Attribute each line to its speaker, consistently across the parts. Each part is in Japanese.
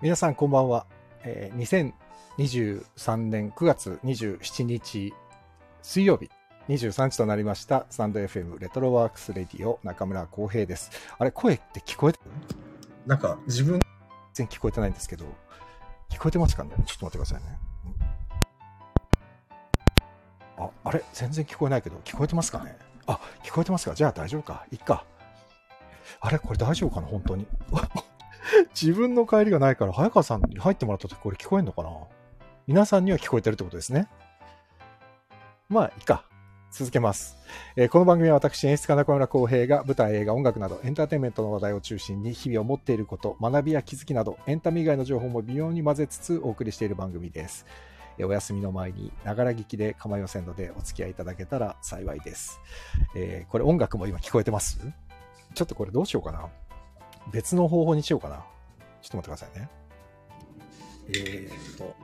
Speaker 1: 皆さんこんばんは、えー2023年9月27日水曜日23時となりましたスタンド FM レトロワークスレディオ中村浩平ですあれ声って聞こえて
Speaker 2: なんか自分、
Speaker 1: 全然聞こえてないんですけど聞こえてますかねちょっと待ってくださいねああれ全然聞こえないけど聞こえてますかねあ聞こえてますかじゃあ大丈夫かいっかあれこれ大丈夫かな本当に自分の帰りがないから早川さんに入ってもらった時これ聞こえんのかな皆さんには聞こえてるってことですねまあいいか続けます、えーこの番組は私演出家中村浩平が舞台映画音楽などエンターテインメントの話題を中心に日々思っていること学びや気づきなどエンタメ以外の情報も微妙に混ぜつつお送りしている番組ですえーお休みの前にながら聞きで構いませんのでお付き合いいただけたら幸いです、えーこれ音楽も今聞こえてますちょっとこれどうしようかな別の方法にしようかなちょっと待ってくださいね
Speaker 2: えーっと、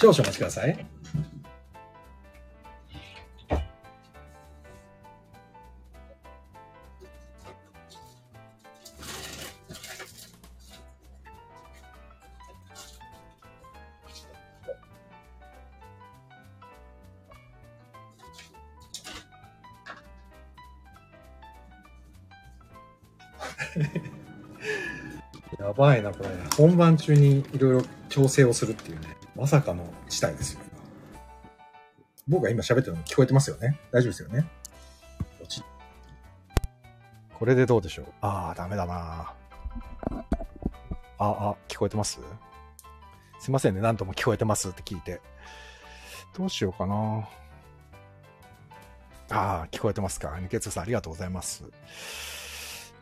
Speaker 2: 少々お待ちください。やばいな、これ。本番中にいろいろ調整をするっていうね。まさかの事態ですよ、今僕が今喋ってるの聞こえてますよね大丈夫ですよねポチッ
Speaker 1: これでどうでしょうああ、ダメだなああ、聞こえてますすいませんね、何度も聞こえてますって聞いて。どうしようかなああ、聞こえてますか。ケツさん、ありがとうございます。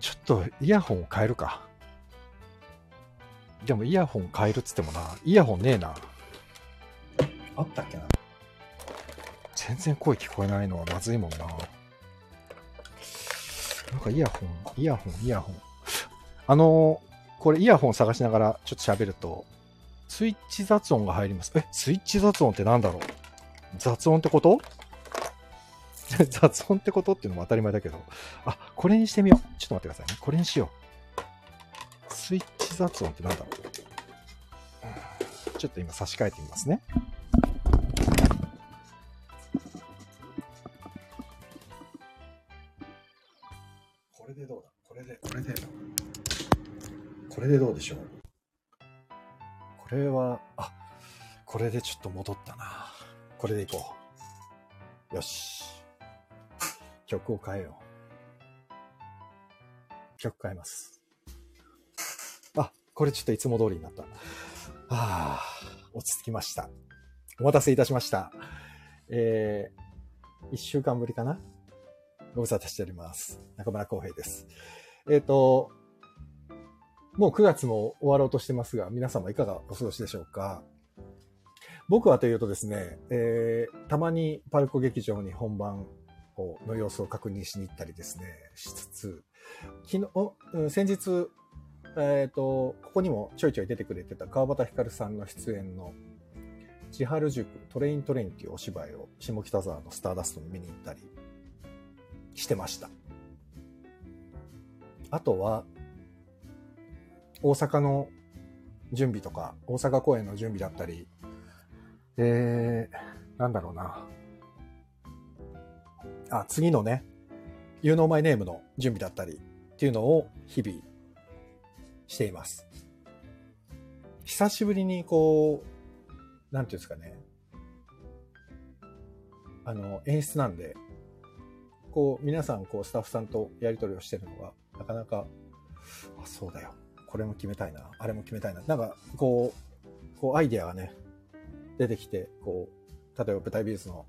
Speaker 1: ちょっと、イヤホンを変えるか。でも、イヤホン変えるっつってもな、イヤホンねえな。
Speaker 2: あったっけな
Speaker 1: 全然声聞こえないのはまずいもんな。なんかイヤホン、イヤホン、イヤホン。あのーこれイヤホン探しながらちょっと喋ると、スイッチ雑音が入ります。え、スイッチ雑音ってなんだろう雑音ってこと 雑音ってことっていうのも当たり前だけど。あ、これにしてみよう。ちょっと待ってくださいね。これにしよう。スイッチ雑音ってなんだろううんちょっと今差し替えてみますね。
Speaker 2: これでどうだこれで、これで。これでどうでしょう
Speaker 1: これは、あ、これでちょっと戻ったな。これでいこう。よし。曲を変えよう。曲変えます。あ、これちょっといつも通りになった。あー、落ち着きました。お待たせいたしました。えー、一週間ぶりかなご無沙汰しております。中村浩平です。えっ、と、もう9月も終わろうとしてますが、皆様いかがお過ごしでしょうか僕はというとですね、えーたまにパルコ劇場に本番をの様子を確認しに行ったりですね、しつつ、昨日、うん先日、えっ、と、ここにもちょいちょい出てくれてた川端ひかるさんの出演の千春塾トレイントレインっていうお芝居を下北沢のスターダストに見に行ったりしてました。あとは、大阪の準備とか、大阪公演の準備だったり、えー、なんだろうな。あ、次のね、You Know My Name の準備だったりっていうのを日々しています。久しぶりにこう、なんていうんですかね。あの、演出なんで、こう、皆さん、こう、スタッフさんとやり取りをしてるのが、なかなか、あ、そうだよ。これも決めたいな。あれも決めたいな。なんか、こう、こう、アイディアがね、出てきて、こう、例えば舞台美術の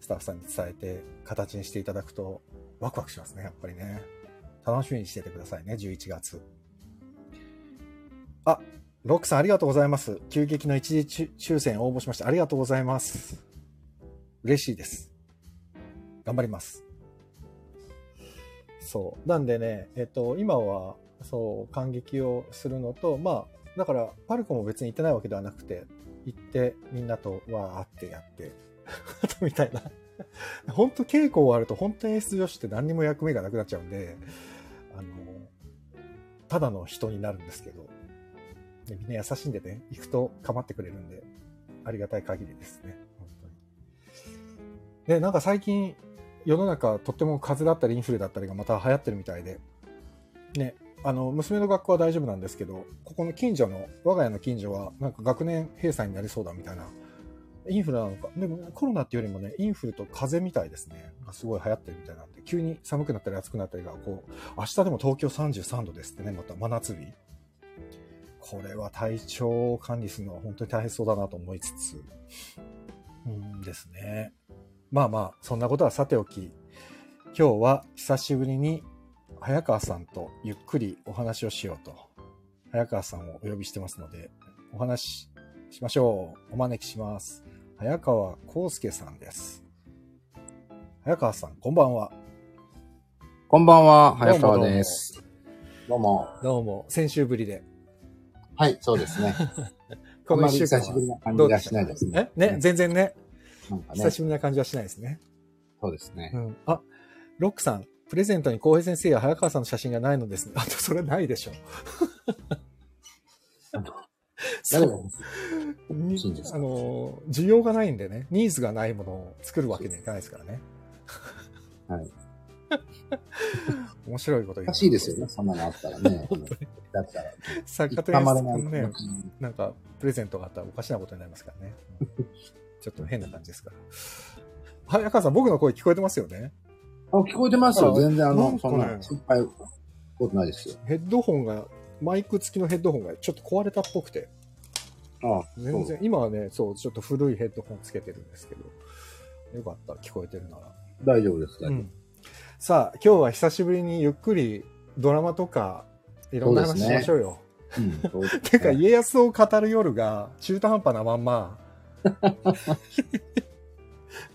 Speaker 1: スタッフさんに伝えて、形にしていただくと、ワクワクしますね、やっぱりね。楽しみにしててくださいね、11月。あ、ロックさんありがとうございます。急激な一時抽選応募しました。ありがとうございます。嬉しいです。頑張ります。そう。なんでね、えっと、今は、そう、感激をするのと、まあ、だから、パルコも別に行ってないわけではなくて、行って、みんなとわーってやって、みたいな。本当稽古終わると、本当演出女子って何にも役目がなくなっちゃうんで、あの、ただの人になるんですけど、ね、みんな優しいんでね、行くと構ってくれるんで、ありがたい限りですね、本当に。で、なんか最近、世の中とっても風邪だったりインフルだったりがまた流行ってるみたいで、ね、あの、娘の学校は大丈夫なんですけど、ここの近所の、我が家の近所は、なんか学年閉鎖になりそうだみたいな、インフルなのか、でもコロナっていうよりもね、インフルと風邪みたいですね、がすごい流行ってるみたいなんで、急に寒くなったり暑くなったりが、こう、明日でも東京33度ですってね、また真夏日。これは体調を管理するのは本当に大変そうだなと思いつつ、うんですね。まあまあ、そんなことはさておき、今日は久しぶりに早川さんとゆっくりお話をしようと、早川さんをお呼びしてますので、お話ししましょう。お招きします。早川康介さんです。早川さん、こんばんは。
Speaker 3: こんばんは、早川です。どうも。
Speaker 1: どうも、先週ぶりで。
Speaker 3: はい、そうですね。あ
Speaker 1: こ
Speaker 3: ん
Speaker 1: の
Speaker 3: ま
Speaker 1: 一
Speaker 3: り
Speaker 1: 週間
Speaker 3: 久
Speaker 1: は
Speaker 3: しぶりな感
Speaker 1: ど
Speaker 3: じ
Speaker 1: うで
Speaker 3: が
Speaker 1: し
Speaker 3: したないです
Speaker 1: え
Speaker 3: ね。
Speaker 1: ね、全然ね、
Speaker 3: なんか
Speaker 1: 久
Speaker 3: ね、
Speaker 1: しぶりな感じはしないですね。
Speaker 3: そうですね
Speaker 1: う。ん。あ、ロックさん、プレゼントに浩平先生や早川さんの写真がないのですね。あと、それないでしょ。
Speaker 3: 誰が欲しい
Speaker 1: に
Speaker 3: しいんですか
Speaker 1: あの、需要がないんでね、ニーズがないものを作るわけにはいかないですからね。
Speaker 3: はい。
Speaker 1: 面白いこと言う
Speaker 3: お
Speaker 1: な
Speaker 3: かしいですよね、そんなのあったらね。だったら、
Speaker 1: 作家
Speaker 3: 一
Speaker 1: と
Speaker 3: た
Speaker 1: 演
Speaker 3: ま
Speaker 1: 出
Speaker 3: れ
Speaker 1: 家の
Speaker 3: ない。
Speaker 1: ね
Speaker 3: ね、、
Speaker 1: なんか、プレゼントがあったらおかしなことになりますからね。ちょっと変な感じですから。早川さん、僕の声聞こえてますよね
Speaker 3: あ聞こえてますよ、
Speaker 1: あ
Speaker 3: 全然あ
Speaker 1: なん
Speaker 3: の、
Speaker 1: か
Speaker 3: そ
Speaker 1: ね
Speaker 3: んな心配ことないですよ。
Speaker 1: ヘッドホンが、マイク付きのヘッドホンがちょっと壊れたっぽくて、
Speaker 3: ああ、
Speaker 1: 全然、今はね、そう、ちょっと古いヘッドホンつけてるんですけど、よかった、聞こえてるなら。
Speaker 3: 大丈夫です。大
Speaker 1: う
Speaker 3: 丈
Speaker 1: んさあ、今日は久しぶりにゆっくりドラマとか、いろんな話
Speaker 3: そうで
Speaker 1: し
Speaker 3: すね
Speaker 1: ましょうよ。
Speaker 3: 夫うんそうですね
Speaker 1: てか、家康を語る夜が中途半端なまん ま、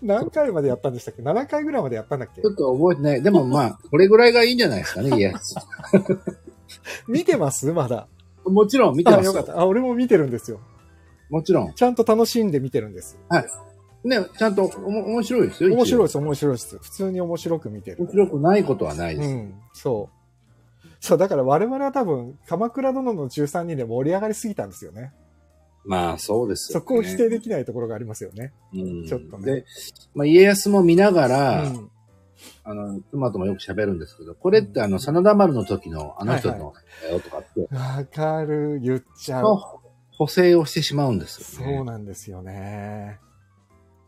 Speaker 1: 何回までやったんでしたっけ ?7 回ぐらいまでやったんだっけ
Speaker 3: ちょっと覚えてない。でもまあ、これぐらいがいいんじゃないですかね、いや。
Speaker 1: 見てますまだ。
Speaker 3: もちろん見てま
Speaker 1: あ
Speaker 3: す
Speaker 1: よかった。あ、俺も見てるんですよ。
Speaker 3: もちろん。
Speaker 1: ちゃんと楽しんで見てるんです。
Speaker 3: ね、ちゃんとおも面白いですよ、
Speaker 1: 面白い
Speaker 3: い。
Speaker 1: です、面白いです。普通に面白く見てる。
Speaker 3: 面白くないことはないで
Speaker 1: う
Speaker 3: す。
Speaker 1: ん、そう。そう、だから我々は多分、鎌倉殿の13人で盛り上がりすぎたんですよね。
Speaker 3: まあ、そうですよ、
Speaker 1: そ
Speaker 3: ね。
Speaker 1: こを否定できないところがありますよね。
Speaker 3: うん
Speaker 1: ちょっとね
Speaker 3: で、まあ、家康も見なが
Speaker 1: う
Speaker 3: ら、
Speaker 1: ん。
Speaker 3: あの、妻ともよく喋るんですけど、これってあの、真田丸の時のあの人のだよとかって、
Speaker 1: わかる、言っちゃう。
Speaker 3: の補正をしてしまうんですよ、ね。
Speaker 1: そうなんですよね。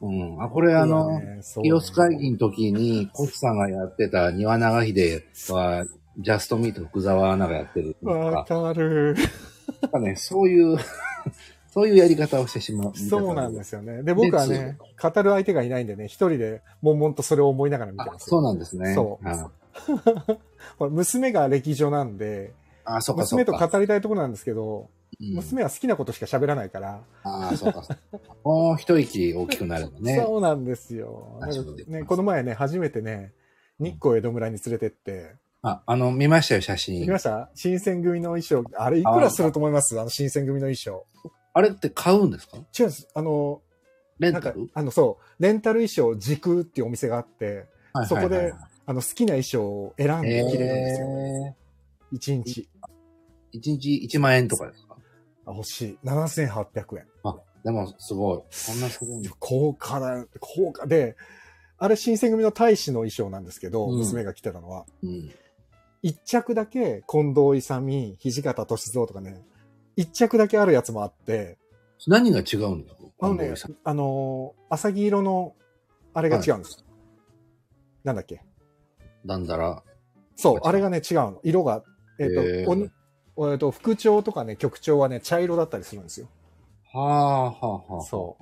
Speaker 3: うん。あ、これあの、
Speaker 1: そうね、
Speaker 3: 清須会議の時に、コツさんがやってた庭長秀は、ジャストミート福沢アナがやってると
Speaker 1: そうねわ
Speaker 3: か、
Speaker 1: かる。
Speaker 3: なんかね、そういう、 そういうやり方をしてしまう。
Speaker 1: そうなんですよね。で、僕はね
Speaker 3: で、
Speaker 1: 語る相手がいないんでね、一人で、悶々とそれを思いながら見
Speaker 3: あ
Speaker 1: てます。
Speaker 3: そうなんですね。
Speaker 1: そう
Speaker 3: あ
Speaker 1: これ娘が歴女なんで、
Speaker 3: あ、そうかそう
Speaker 1: 娘
Speaker 3: か。
Speaker 1: と語りたいところなんですけど、
Speaker 3: うん
Speaker 1: 娘は好きなことしか喋らないから、
Speaker 3: ああ、そうかそうか。もう一息大きくなるのね。
Speaker 1: そうなんですよ。
Speaker 3: 確かに
Speaker 1: ね、この前ね、初めてね、日光江戸村に連れてって、
Speaker 3: あ、あの、見ましたよ、写
Speaker 1: 見
Speaker 3: 真
Speaker 1: ま。した新選組の衣装。あれ、いくらすると思いますあの、新選組の衣装。
Speaker 3: あれって買うんですか
Speaker 1: 違うんです。あの、
Speaker 3: レン
Speaker 1: なん
Speaker 3: タ
Speaker 1: か
Speaker 3: ル、
Speaker 1: あの、そう、レンタル衣装、時空っていうお店があって、
Speaker 3: はい
Speaker 1: そこで
Speaker 3: はいは
Speaker 1: あの、好きな衣装を選ん
Speaker 3: い
Speaker 1: で着れるんですよ。
Speaker 3: え
Speaker 1: 一1日。
Speaker 3: ー、1日1万円とかですか
Speaker 1: あ欲しい。7800円。
Speaker 3: でも、すごい。こんなすごいの。
Speaker 1: 高価だ、高価で、あれ、新選組の大使の衣装なんですけど、
Speaker 3: うん
Speaker 1: 娘が着てたのは。
Speaker 3: うん。
Speaker 1: 一着だけ、近藤勇、土方歳三とかね、一着だけあるやつもあって、
Speaker 3: 何が違うんだろう
Speaker 1: あのね、あのー、浅木色の、あれが違うんです。なんだっけ
Speaker 3: なんだら。
Speaker 1: そう
Speaker 3: 違、う
Speaker 1: あれがね、違うの。色が、えっ、
Speaker 3: へー
Speaker 1: と、おにおえっと、副調とかね、曲調はね、茶色だったりするんですよ。
Speaker 3: はあ、はあ、はあ。
Speaker 1: そ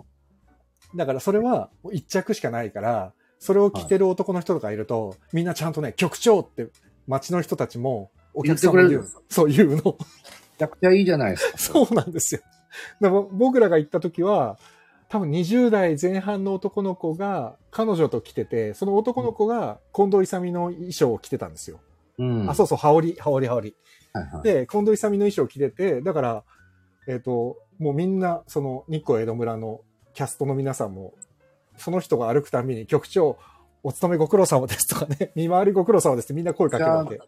Speaker 1: う。だからそれは、一着しかないから、それを着てる男の人とかいると、みんなちゃんとね、曲調って、街の人たちも、お客さんも
Speaker 3: 言ってくれる
Speaker 1: 言うそう、言うの。
Speaker 3: めちゃくちゃいいじゃないですか。
Speaker 1: そうなんですよ。でも僕らが行った時は、多分20代前半の男の子が彼女と着てて、その男の子が近藤勇の衣装を着てたんですよ。
Speaker 3: うん。
Speaker 1: あ、そうそう、羽織、羽織、羽織。
Speaker 3: はいはい。
Speaker 1: で、近藤勇の衣装を着てて、だから、えっ、と、もうみんな、その、日光江戸村のキャストの皆さんも、その人が歩くたびに局長、お勤めご苦労様ですとかね、見回りご苦労様ですってみんな声かけるわけ。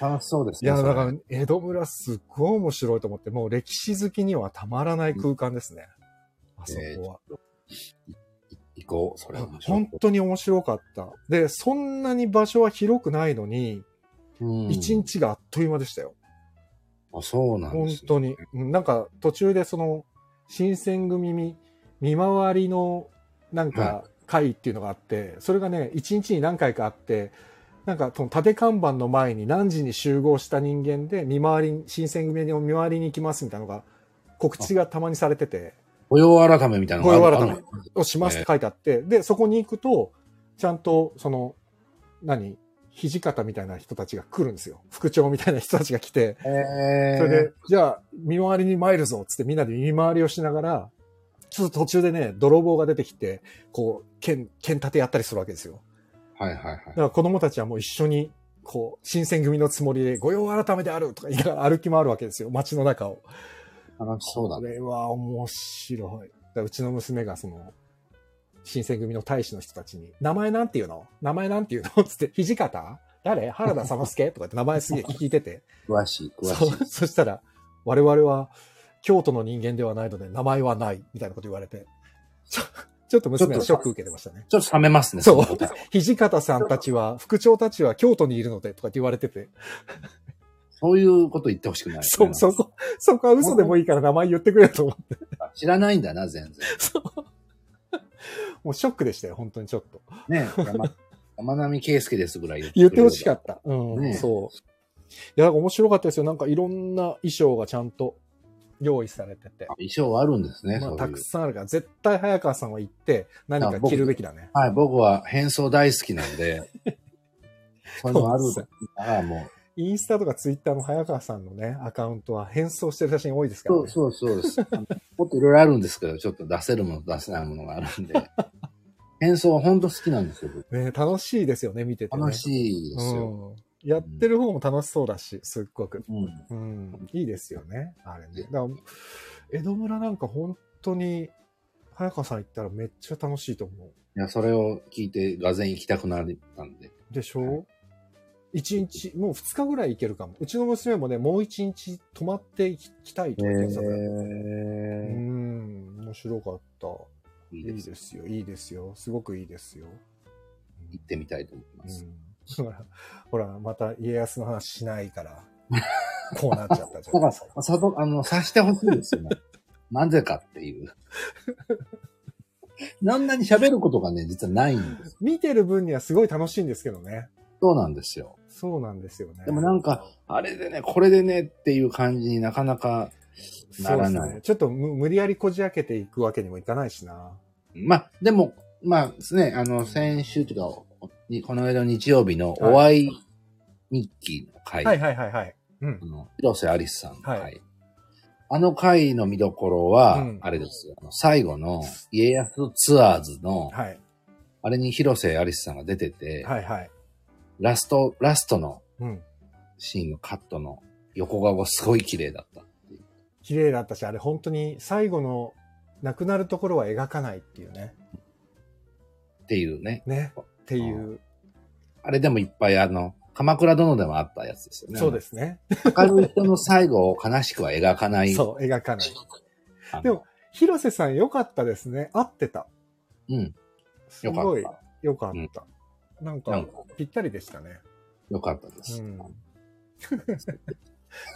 Speaker 3: 楽しそうです
Speaker 1: い
Speaker 3: ね。
Speaker 1: や、
Speaker 3: それ
Speaker 1: だから、江戸村すっごい面白いと思って、もう歴史好きにはたまらない空間ですね。あそこは。
Speaker 3: 行こう。それは面白い
Speaker 1: 本当に面白かった。で、そんなに場所は広くないのに、
Speaker 3: うん
Speaker 1: 一、日があっという間でしたよ。
Speaker 3: あ、そうなんで
Speaker 1: 本
Speaker 3: すね、
Speaker 1: 当に。うんなんか途中でその、新選組見、見回りの、なんか
Speaker 3: は、
Speaker 1: 会っていうのがあって、それがね、一日に何回かあって、なんか、その縦看板の前に何時に集合した人間で、見回り、新選組を見回りに行きますみたいなのが、告知がたまにされてて、
Speaker 3: 雇用改めみたいなのがある
Speaker 1: 雇用改
Speaker 3: ある
Speaker 1: をしますっ
Speaker 3: ね
Speaker 1: て書いてあって、で、そこに行くと、ちゃんと、その、何土方みたいな人たちが来るんですよ。副長みたいな人たちが来て、
Speaker 3: えー、
Speaker 1: それで、じゃあ、見回りに参るぞっつってみんなで見回りをしながら、ちょっと途中でね、泥棒が出てきて、こう、剣、剣立てやったりするわけですよ。
Speaker 3: はいはいはい
Speaker 1: だ。から子供たちはもう一緒に、こう、新選組のつもりで、御用改めであるとか言いながら歩き回るわけですよ、街の中を。
Speaker 3: 楽しそうだ
Speaker 1: こ
Speaker 3: ね。
Speaker 1: れは面白い。だからうちの娘がその、新選組の大使の人たちに、名前なんていうの名前なんていうのつって、土方誰原田様助とかって名前すげえ聞いてて。
Speaker 3: 詳しい、詳しい
Speaker 1: そ。う そしたら、我々は京都の人間ではないので名前はない、みたいなこと言われて、ちょちょっと娘はショック受けてましたね。
Speaker 3: ちょっと冷めますね。
Speaker 1: そう
Speaker 3: の答え
Speaker 1: 土方さんたちは、副長たちは京都にいるので、とかって言われてて、
Speaker 3: そういうこと言ってほしくない。
Speaker 1: そう、そこ、そこは嘘でもいいから名前言ってくれよと思って、
Speaker 3: 知らないんだな、全然。
Speaker 1: もうショックでしたよ、本当にちょっと。
Speaker 3: ね。 山山並圭介ですぐらい
Speaker 1: 言ってほしか
Speaker 3: っ
Speaker 1: った。うん、
Speaker 3: ねえ
Speaker 1: そう。いや、なんか面白かったですよ。なんかいろんな衣装がちゃんと用意されてて。
Speaker 3: た。衣装はあるんですね、
Speaker 1: まあ、
Speaker 3: そう
Speaker 1: た
Speaker 3: いう
Speaker 1: く。さんあるから、絶対早川さんは行って、何か着るべきだね。
Speaker 3: はい、僕は変装大好きな んで、そういうのあるから、もう。
Speaker 1: インスタとかツイッターの早川さんのね、アカウントは変装してる写真多いですから、
Speaker 3: そ
Speaker 1: ね。
Speaker 3: うそうそうです。あのもっといろいろあるんですけど、ちょっと出せるものと出せないものがあるんで。変装は本当好きなんですよ、僕
Speaker 1: ね、楽しいですよね、見てて、ね。
Speaker 3: 楽
Speaker 1: い
Speaker 3: しいですよ。
Speaker 1: うん。やってる方も楽しそうだし、すっごく。
Speaker 3: うん。
Speaker 1: うん。いいですよね、あれね。だから、江戸村なんか本当に、早川さん行ったらめっちゃ楽しいと思う。
Speaker 3: いや、それを聞いて、がぜん行きたくなったんで。
Speaker 1: でしょ一、日、もう二日ぐらい行けるかも。うちの娘もね、もう一日泊まっていきたいとか言ってたからうん、面白かった。
Speaker 3: いい
Speaker 1: い
Speaker 3: で
Speaker 1: い
Speaker 3: す。
Speaker 1: ですよ、いいですよ。すごくいいですよ。
Speaker 3: 行ってみたいと思います。
Speaker 1: うん、ほら、ほら、また家康の話しない から、こうなっちゃったじゃ
Speaker 3: だ
Speaker 1: ん。
Speaker 3: から、さと、あの、察してほしいです よね。なぜかっていう。そんなに喋ることがね、実はないんです。
Speaker 1: 見てる分にはすごい楽しいんですけどね。
Speaker 3: そうなんですよ。
Speaker 1: そうなんですよね。
Speaker 3: でもなんか、あれでね、これでねっていう感じになかなかなら
Speaker 1: そう
Speaker 3: な
Speaker 1: ですね
Speaker 3: い。
Speaker 1: ちょっとむ無理やりこじ開けていくわけにもいかないしな。
Speaker 3: まあ、でも、まあですね、あの、先週というかお、にこの間の日曜日のお会い日記の会、
Speaker 1: はいはいはいはい。うん
Speaker 3: あ。の広瀬アリスさんの会、
Speaker 1: はい
Speaker 3: あの会の見どころは、
Speaker 1: うん
Speaker 3: あれですよ。あの最後の家康ツアーズの、
Speaker 1: はい。
Speaker 3: あれに広瀬アリスさんが出てて、
Speaker 1: はいはい。
Speaker 3: ラスト、ラストの
Speaker 1: うん。
Speaker 3: シーンのカットの横顔がすごい綺麗だったっていう。
Speaker 1: 綺麗だったし、あれ本当に最後の亡くなるところは描かないっていうね。
Speaker 3: っていうね。
Speaker 1: ね。っていう。
Speaker 3: あれでもいっぱいあの、鎌倉殿でもあったやつですよね。
Speaker 1: そうですね。
Speaker 3: 明るい人の最後を悲しくは描かない。
Speaker 1: そう、描かない。
Speaker 3: あの
Speaker 1: でも、広瀬さん良かったですね。合ってた。
Speaker 3: うん。
Speaker 1: す
Speaker 3: よか
Speaker 1: ごい
Speaker 3: っ
Speaker 1: 良かった。なん
Speaker 3: た。な
Speaker 1: か
Speaker 3: んか、
Speaker 1: ぴったりでしたね。
Speaker 3: よかったです。
Speaker 1: うん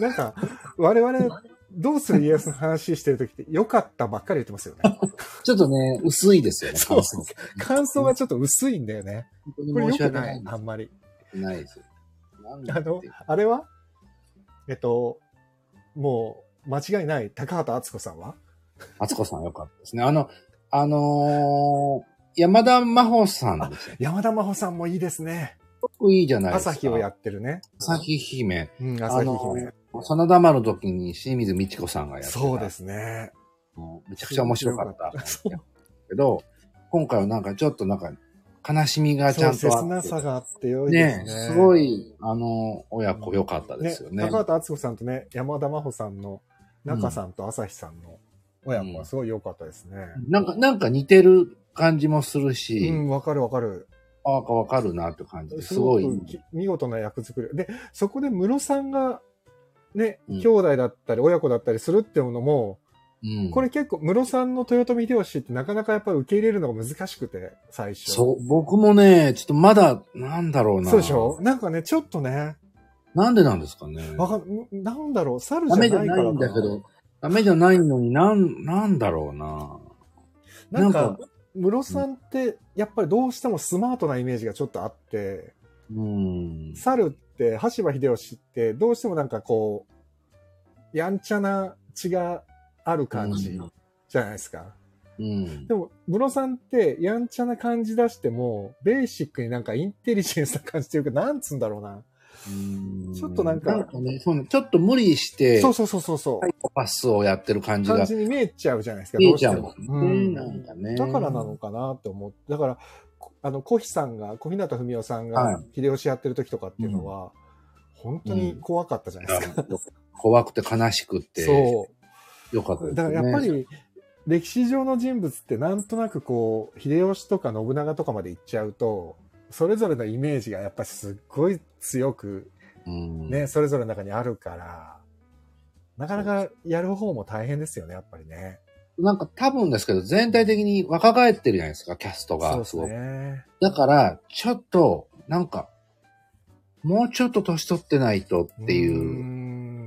Speaker 1: なんか、我々、どうする家康の話してるときって、良かったばっかり言ってますよ ね。
Speaker 3: ちょっとね、薄いですよね。
Speaker 1: そう
Speaker 3: 感想
Speaker 1: 感想がちょっと薄いんだよね。
Speaker 3: 本当
Speaker 1: これ良
Speaker 3: に申し
Speaker 1: く
Speaker 3: 訳
Speaker 1: な
Speaker 3: ないい。、
Speaker 1: あんまり。
Speaker 3: ないですよ。なんだ
Speaker 1: あ
Speaker 3: って
Speaker 1: の、あれはえっと、もう、間違いない、高畑敦子さんは
Speaker 3: あつこさんよかったですね。あの、あのー山田真帆さんですよ。
Speaker 1: 山田真帆さんもいいですね。
Speaker 3: すごくいいじゃないですか。
Speaker 1: 朝日をやってるね。
Speaker 3: 朝日姫。
Speaker 1: うん、
Speaker 3: あ
Speaker 1: 朝日姫
Speaker 3: の。、真田丸の時に清水美智子さんがやってた。
Speaker 1: そうですね。
Speaker 3: もうめちゃくちゃ面白かった。
Speaker 1: そう
Speaker 3: けど、今回はなんかちょっとなんか、悲しみがちゃんと
Speaker 1: そう
Speaker 3: あって。
Speaker 1: 切なさがあって良いです
Speaker 3: ね
Speaker 1: ね。
Speaker 3: すごい、あの、親子良かったですよね。
Speaker 1: 高畑敦子さんとね、山田真帆さんの、中さんと朝日さんの親子はすごい良かったですね。
Speaker 3: なんか、なんか似てる感じもする
Speaker 1: う
Speaker 3: し、
Speaker 1: ん、わ、かるわかる。
Speaker 3: ああ、わかるなって感じです
Speaker 1: す
Speaker 3: ご
Speaker 1: ご
Speaker 3: い。
Speaker 1: くき見事な役作り。で、そこで室さんが、ね、
Speaker 3: うん
Speaker 1: 兄弟だったり親子だったりするっていうのも、
Speaker 3: うん、
Speaker 1: これ結構、室さんの豊臣秀吉ってなかなかやっぱり受け入れるのが難しくて、最初。
Speaker 3: そう、僕もね、ちょっとまだ、なんだろうな。
Speaker 1: そうでしょなんかね、ちょっとね、
Speaker 3: なんでなんですかね。
Speaker 1: わかん、なんだろう、猿じ
Speaker 3: ダ
Speaker 1: ゃな
Speaker 3: メ
Speaker 1: い
Speaker 3: じ
Speaker 1: か
Speaker 3: ゃ
Speaker 1: ら
Speaker 3: な
Speaker 1: か
Speaker 3: いんだけど、ダメじゃないのになん、なんだろうな。
Speaker 1: なん
Speaker 3: な
Speaker 1: か
Speaker 3: ん、
Speaker 1: 室さんって、やっぱりどうしてもスマートなイメージがちょっとあって、
Speaker 3: うん。
Speaker 1: 猿って、羽柴秀吉って、どうしてもなんかこう、やんちゃな血がある感じじゃないですか。
Speaker 3: うん。
Speaker 1: でも、室さんって、やんちゃな感じ出しても、ベーシックになんかインテリジェンスな感じというか、なんつうんだろうな。
Speaker 3: うん
Speaker 1: ちょっとなんか
Speaker 3: なんかね、そうねちょっと無理して、
Speaker 1: そうそうそうそうそう。
Speaker 3: サイコパスをやってる感じ
Speaker 1: 感
Speaker 3: が
Speaker 1: じに見えちゃうじゃないですか、
Speaker 3: 見えちゃう
Speaker 1: ど
Speaker 3: も
Speaker 1: うしても。うんん
Speaker 3: ね。なんかね。
Speaker 1: だからなのかなって思って、だから、こあの、小日さんが、小日向文世さん
Speaker 3: は
Speaker 1: が、秀吉やってる時とかっていうのは、本当に怖かったじゃないですか。
Speaker 3: 怖くて悲しくて、
Speaker 1: そ
Speaker 3: よかったで
Speaker 1: う。だ
Speaker 3: すね。
Speaker 1: からやっぱり、歴史上の人物ってなんとなくこう、秀吉とか信長とかまで行っちゃうと、それぞれのイメージがやっぱすっごい強く、
Speaker 3: うん、
Speaker 1: ね、それぞれの中にあるから、なかなかやる方も大変ですよね、やっぱりね。
Speaker 3: なんか多分ですけど、全体的に若返ってるじゃないですか、キャスト
Speaker 1: そうで
Speaker 3: が。
Speaker 1: すね。
Speaker 3: だから、ちょっと、なんか、もうちょっと年取ってないとっていう、
Speaker 1: うー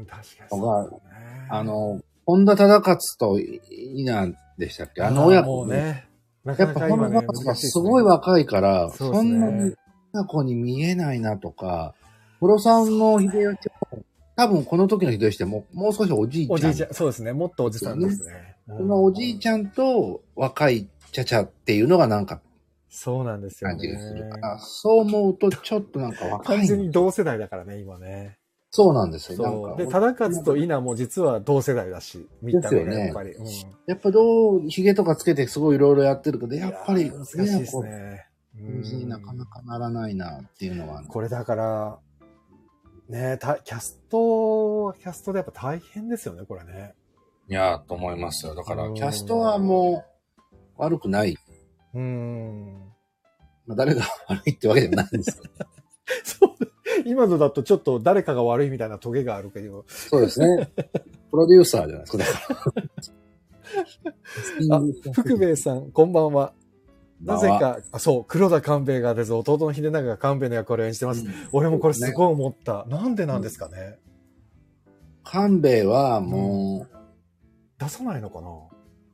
Speaker 1: ん。確かに
Speaker 3: のが
Speaker 1: そうだね
Speaker 3: あの、本田忠勝と稲でしたっけあの
Speaker 1: ー
Speaker 3: 親
Speaker 1: も
Speaker 3: 子
Speaker 1: う。ね。な
Speaker 3: や
Speaker 1: か
Speaker 3: っ
Speaker 1: な
Speaker 3: ぱ
Speaker 1: か
Speaker 3: 本
Speaker 1: 今
Speaker 3: 田
Speaker 1: ね、
Speaker 3: 忠
Speaker 1: 難し
Speaker 3: 勝
Speaker 1: いで
Speaker 3: が
Speaker 1: すね
Speaker 3: すごい若いから、
Speaker 1: そう
Speaker 3: そ
Speaker 1: ですね
Speaker 3: んなに親子に見えないなとか、黒さんの秀吉も、多分この時の秀吉ってもうもう少しおじいちゃん。
Speaker 1: おじいちゃん、そうですね。もっとおじさんですね。
Speaker 3: そのおじいち
Speaker 1: ゃん。
Speaker 3: ゃんと若いちゃちゃっていうのがなんか
Speaker 1: そうなんですよ
Speaker 3: 感じ
Speaker 1: ね
Speaker 3: がするから、そう思うとちょっとなんか若
Speaker 1: 完
Speaker 3: いな。
Speaker 1: 全に同世代だからね、今ね。
Speaker 3: そうなんですよ。なん
Speaker 1: そ
Speaker 3: か
Speaker 1: う。で、忠勝と稲も実は同世代だし、見た目がやっぱり。うん
Speaker 3: やっぱどう、髭とかつけてすごいいろいろやってるけど、やっぱ
Speaker 1: い
Speaker 3: り、
Speaker 1: やー難しいですね。
Speaker 3: 親子になかなかならないなっていうのは、
Speaker 1: これだから、ねたキャスト、キャストでやっぱ大変ですよね、これね。
Speaker 3: いやーと思いますよ。だから、
Speaker 1: うん
Speaker 3: キャストはもう悪くない。
Speaker 1: うーん。
Speaker 3: まあ、誰が悪いってわけじゃないんですけど。
Speaker 1: そう。今のだとちょっと誰かが悪いみたいなトゲがあるけど、
Speaker 3: そうですね。プロデューサーじゃないですか。だから。
Speaker 1: 福兵衛さん、こんばんは。なぜ
Speaker 3: まあ。
Speaker 1: か、あそう、黒田官兵衛がです。弟の秀長が官兵衛の役割を演じてます。俺もこれすごい思った。なんでなんですかね。
Speaker 3: 勘兵衛はもう、
Speaker 1: 出さないのかな、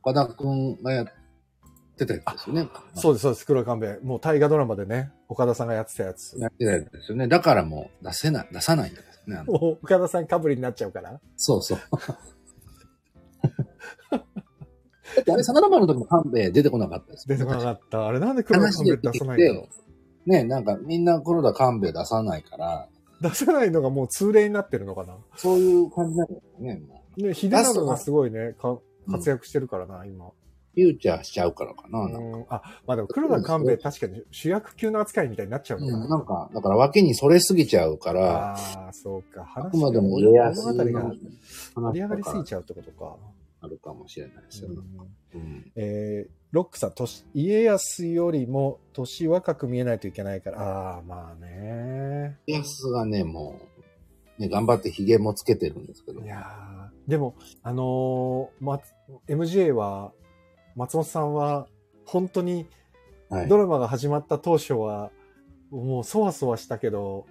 Speaker 3: 岡田くんがやってたやつですよね。
Speaker 1: そうです、そうです。黒田官兵衛。もう大河ドラマでね、岡田さんがやってたやつ。
Speaker 3: やってたやつですよね。だからもう出せない、出さないんですね。あの
Speaker 1: もう岡田さんかぶりになっちゃうから。
Speaker 3: そう そう。だってあれ、サナダマの時も勘兵衛出てこなかったです。
Speaker 1: 出てこな
Speaker 3: っ
Speaker 1: かった。あれなんで
Speaker 3: た。
Speaker 1: 黒田
Speaker 3: 話
Speaker 1: 官兵衛
Speaker 3: で
Speaker 1: 出
Speaker 3: 出て
Speaker 1: さ
Speaker 3: き
Speaker 1: ないんだろ
Speaker 3: て、ね、なんかみんな黒田勘兵衛出さないから、
Speaker 1: う。出さないのがもう通例になってるのかな。
Speaker 3: そういう感じなんだよね、もう。
Speaker 1: ね、秀長がすごいね、か活躍してるからな、今。
Speaker 3: フューチャーしちゃうからかな。なんか
Speaker 1: うん、あ、まあでも黒田官兵衛確かに主役級の扱いみたいになっちゃうのかな。
Speaker 3: なんか、だから脇にそれすぎちゃうから、
Speaker 1: ああ、そうか。
Speaker 3: あ
Speaker 1: 話
Speaker 3: くまでも
Speaker 1: が
Speaker 3: 家康
Speaker 1: 物語が
Speaker 3: の
Speaker 1: 盛り上がりすぎ
Speaker 3: 話とか
Speaker 1: ちゃうってことか。
Speaker 3: あるかもしれないですよね。うん
Speaker 1: えーロックさん、年家康よりも年若く見えないといけないから。ああー、まあね。
Speaker 3: 家康がね、もう、ね、頑張ってヒゲもつけてるんですけど
Speaker 1: い、やーでも、あのーま、MJ は、松本さんは、本当に
Speaker 3: はい
Speaker 1: ドラマが始まった当初は、もうそわそわしたけど、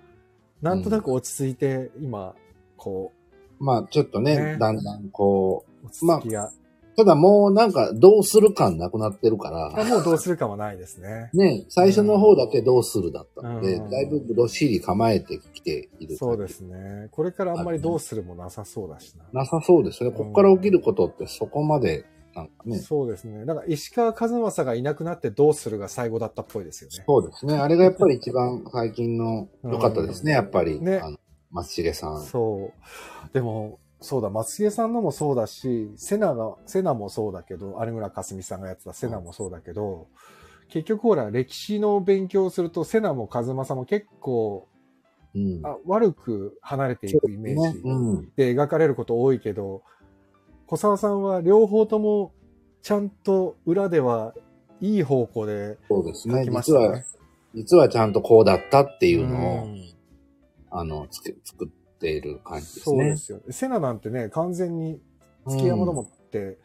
Speaker 1: なんとなく落ち着いて、今、こ
Speaker 3: まあちょっとね、
Speaker 1: ね
Speaker 3: だんだんこ
Speaker 1: う、落ち着きが。
Speaker 3: う、ただもうなんかどうする感なくなってるか
Speaker 1: まあ
Speaker 3: ら、
Speaker 1: もうどうするかはないですね。
Speaker 3: ね、最初の方だけどうするだったので、
Speaker 1: うん
Speaker 3: だいぶどっしり構えてきている。
Speaker 1: そうです。ね。これからあんまりどうするもなさそうだしな。
Speaker 3: なさそうですね。ここから起きることってそこまで、なんかね、
Speaker 1: そうですね。なんか石川和正がいなくなってどうするが最後だったっぽいですよね。
Speaker 3: そうですね。あれがやっぱり一番最近の良かったですね、やっぱり。
Speaker 1: ね
Speaker 3: あの松重さん。
Speaker 1: そう。でも、そうだ、松江さんのもそうだし、セナが、セナもそうだけど、有村架純さんがやってたセナもそうだけど、結局ほら、歴史の勉強をすると、セナも和正も結構、
Speaker 3: うん。
Speaker 1: あ悪く離れていくイメージ
Speaker 3: ねうん。
Speaker 1: で描かれること多いけど、小沢さんは両方とも、ちゃんと裏では、いい方向で
Speaker 3: そうです
Speaker 1: 描
Speaker 3: ね。
Speaker 1: きまし
Speaker 3: 実
Speaker 1: た
Speaker 3: は
Speaker 1: ね。
Speaker 3: 実はちゃんとこうだったっていうのを、
Speaker 1: ん
Speaker 3: あの、つく作っている感じです
Speaker 1: そうで
Speaker 3: ね。
Speaker 1: すよね。セナなんてね、完全に月山どもって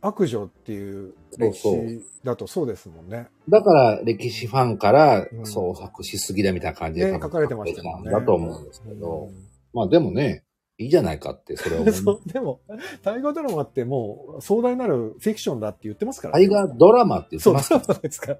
Speaker 1: 悪女っていう歴史だとそうですもんね。
Speaker 3: だから、歴史ファンから
Speaker 1: うん
Speaker 3: 創作しすぎだみたいな感じで、
Speaker 1: ね、書かれてましたもんね。
Speaker 3: だと思うんですけど、
Speaker 1: うん
Speaker 3: まあでもね、いいじゃないかって、それを 思い。
Speaker 1: そうでも、大河ドラマってもう壮大なるフィクションだって言ってますから、
Speaker 3: 大河ドラマって言って
Speaker 1: そう
Speaker 3: ます
Speaker 1: そ
Speaker 3: か
Speaker 1: うなんですから。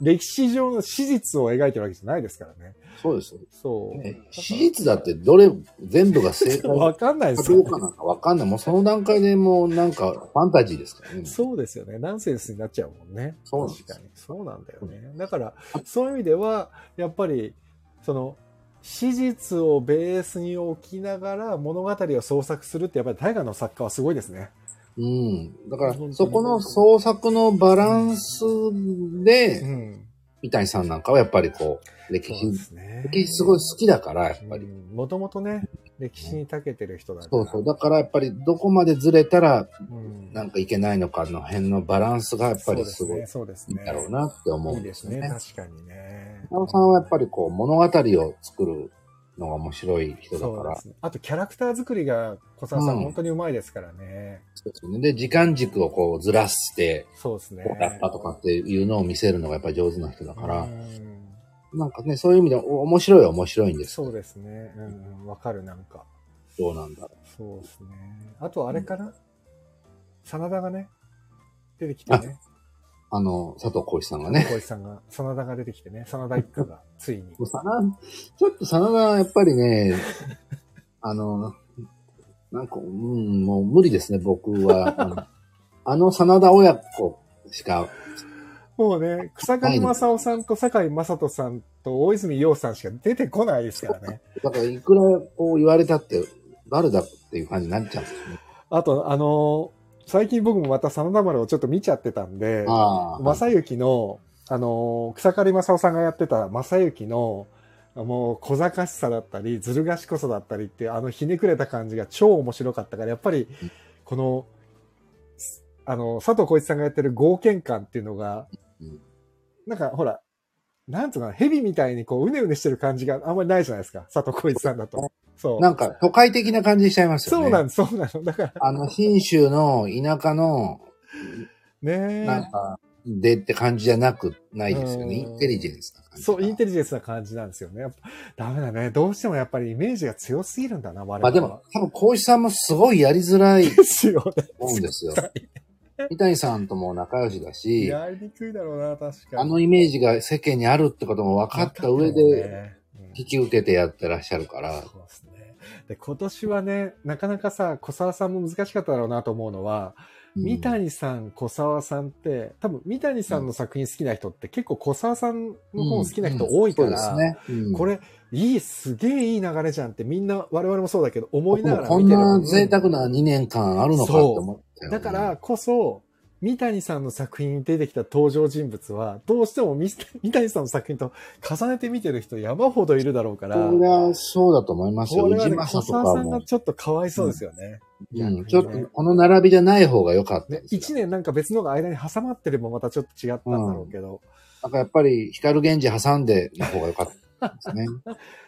Speaker 1: 歴史上の史実を描いてるわけじゃないですからね。
Speaker 3: そうですよ。
Speaker 1: そう。
Speaker 3: ね史実だってどれ、全部が正 解
Speaker 1: わ
Speaker 3: か
Speaker 1: かんないです
Speaker 3: ど
Speaker 1: よ
Speaker 3: うかなんかわかんない。もうその段階でもうなんかファンタジーですからね。
Speaker 1: そうですよね。ナンセンスになっちゃうもんね。
Speaker 3: そうなんで
Speaker 1: 確
Speaker 3: す
Speaker 1: かに。そうなんだよね。だから、そういう意味では、やっぱり、その、史実をベースに置きながら物語を創作するって、やっぱり大河の作家はすごいですね。
Speaker 3: うん。だから
Speaker 1: 本当、に
Speaker 3: そこの創作のバランス
Speaker 1: う
Speaker 3: で、
Speaker 1: ん。
Speaker 3: 三谷さんなんかはやっぱりこう、歴
Speaker 1: そうで
Speaker 3: 史、
Speaker 1: すね。
Speaker 3: 歴史すごい好きだから、やっぱり。
Speaker 1: もともとね、歴史に長けてる人だか
Speaker 3: そ
Speaker 1: ら。
Speaker 3: うそう。だからやっぱりどこまでずれたら
Speaker 1: うん
Speaker 3: なんかいけないのかの辺のバランスがやっぱりすごい
Speaker 1: そうです
Speaker 3: いい
Speaker 1: ね。
Speaker 3: んだろうなって思
Speaker 1: そううですね。い
Speaker 3: ん
Speaker 1: い
Speaker 3: で
Speaker 1: ですす
Speaker 3: よ
Speaker 1: ね。。確
Speaker 3: ね
Speaker 1: かにね。
Speaker 3: 北尾さんはやっぱりこう物語を作るのが面白い人だ
Speaker 1: そう
Speaker 3: か
Speaker 1: で
Speaker 3: ら、
Speaker 1: すね。あと、キャラクター作りが、小沢さん、
Speaker 3: うん
Speaker 1: 本当にうまいですからね。
Speaker 3: そうですね。で、時間軸をこうずらして、
Speaker 1: そうですね。
Speaker 3: こうだったとかっていうのを見せるのがやっぱり上手な人だから
Speaker 1: う、ん
Speaker 3: なんかね、そういう意味でお面白いは面白いんですけ
Speaker 1: そうですね。うんうん、わかる、なんか。
Speaker 3: ど、どうなんだろ
Speaker 1: そうですね。あと、あれかな真田がね、出てきてね。
Speaker 3: う。あの、佐藤浩市さんがね。
Speaker 1: 小石さんが、真田が出てきてね。真田一家が、ついに。
Speaker 3: もう真田ちょっと真田はやっぱりね、 あの、なんか、うん、もう無理ですね、僕は。あのあの真田親子しか、
Speaker 1: もうね、草上正雄さんと堺雅人さんと大泉洋さんしか出てこないですからね。
Speaker 3: だからいくらこう言われたって、誰だっていう感じになっちゃうんですよね。
Speaker 1: あと、あのー最近僕もまた真田丸をちょっと見ちゃってたんで、
Speaker 3: ああ。
Speaker 1: 正幸の、あのー草刈正雄さんがやってた正幸の、もう小賢しさだったり、ずる賢さだったりっていう、あのひねくれた感じが超面白かったから、やっぱり
Speaker 3: うん、
Speaker 1: この、あの、佐藤浩市さんがやってる合憲感っていうのが
Speaker 3: うん、
Speaker 1: なんかほら、なんつうかな、蛇みたいにこう、うねうねしてる感じがあんまりないじゃないですか、佐藤浩市さんだと。そう。
Speaker 3: なんか都会的な感じしちゃいますよね。
Speaker 1: そうなんです、そうなの。だから、
Speaker 3: あの、信州の田舎の、
Speaker 1: ね
Speaker 3: なんか、でって感じじゃなく、ないですよね。
Speaker 1: うん
Speaker 3: インテリジェンスな感じ。
Speaker 1: そう、インテリジェンスな感じなんですよね。やっぱダメだね。どうしてもやっぱりイメージが強すぎるんだな、我々は。
Speaker 3: まあでも、、多分、浩一さんもすごいやりづらい
Speaker 1: ですよね。
Speaker 3: 思うんで すよ。三谷さんとも仲良しだし、
Speaker 1: やりにくいだろうな、確かに。
Speaker 3: あのイメージが世間にあるってことも分かった
Speaker 1: 分
Speaker 3: 上で、
Speaker 1: かってるもんね、
Speaker 3: 引き受けてやってらっしゃるから
Speaker 1: うん、そうですね。で、今年はね、なかなかさ、小沢さんも難しかっただろうなと思うのは、
Speaker 3: うん
Speaker 1: 三谷さん、小沢さんって、多分三谷さんの作品好きな人って結構小沢さんの本好きな人多いから、
Speaker 3: そうですね。うん
Speaker 1: これ、いい、すげえいい流れじゃんってみんな、我々もそうだけど、思いながら
Speaker 3: こ
Speaker 1: 見
Speaker 3: ん
Speaker 1: てる。
Speaker 3: な贅沢な2年間あるのかって思ったよね
Speaker 1: だから、こそ、三谷さんの作品に出てきた登場人物は、どうしてもみ三谷さんの作品と重ねて見てる人山ほどいるだろうから、
Speaker 3: そりゃそうだと思いますよ。
Speaker 1: これ
Speaker 3: 宇
Speaker 1: は
Speaker 3: 治
Speaker 1: ね、
Speaker 3: 正
Speaker 1: 小
Speaker 3: とか
Speaker 1: 沢さんが
Speaker 3: も。
Speaker 1: ちょっとかわいそうですよね。
Speaker 3: うん、
Speaker 1: 逆
Speaker 3: ちょっ
Speaker 1: にね
Speaker 3: と、この並びじゃない方が良かった
Speaker 1: ね
Speaker 3: で、すよ。
Speaker 1: 一年なんか別のが間に挟まってればまたちょっと違ったんだろうけど、
Speaker 3: なんかやっぱり、光源氏挟んでの方が良かったです ね。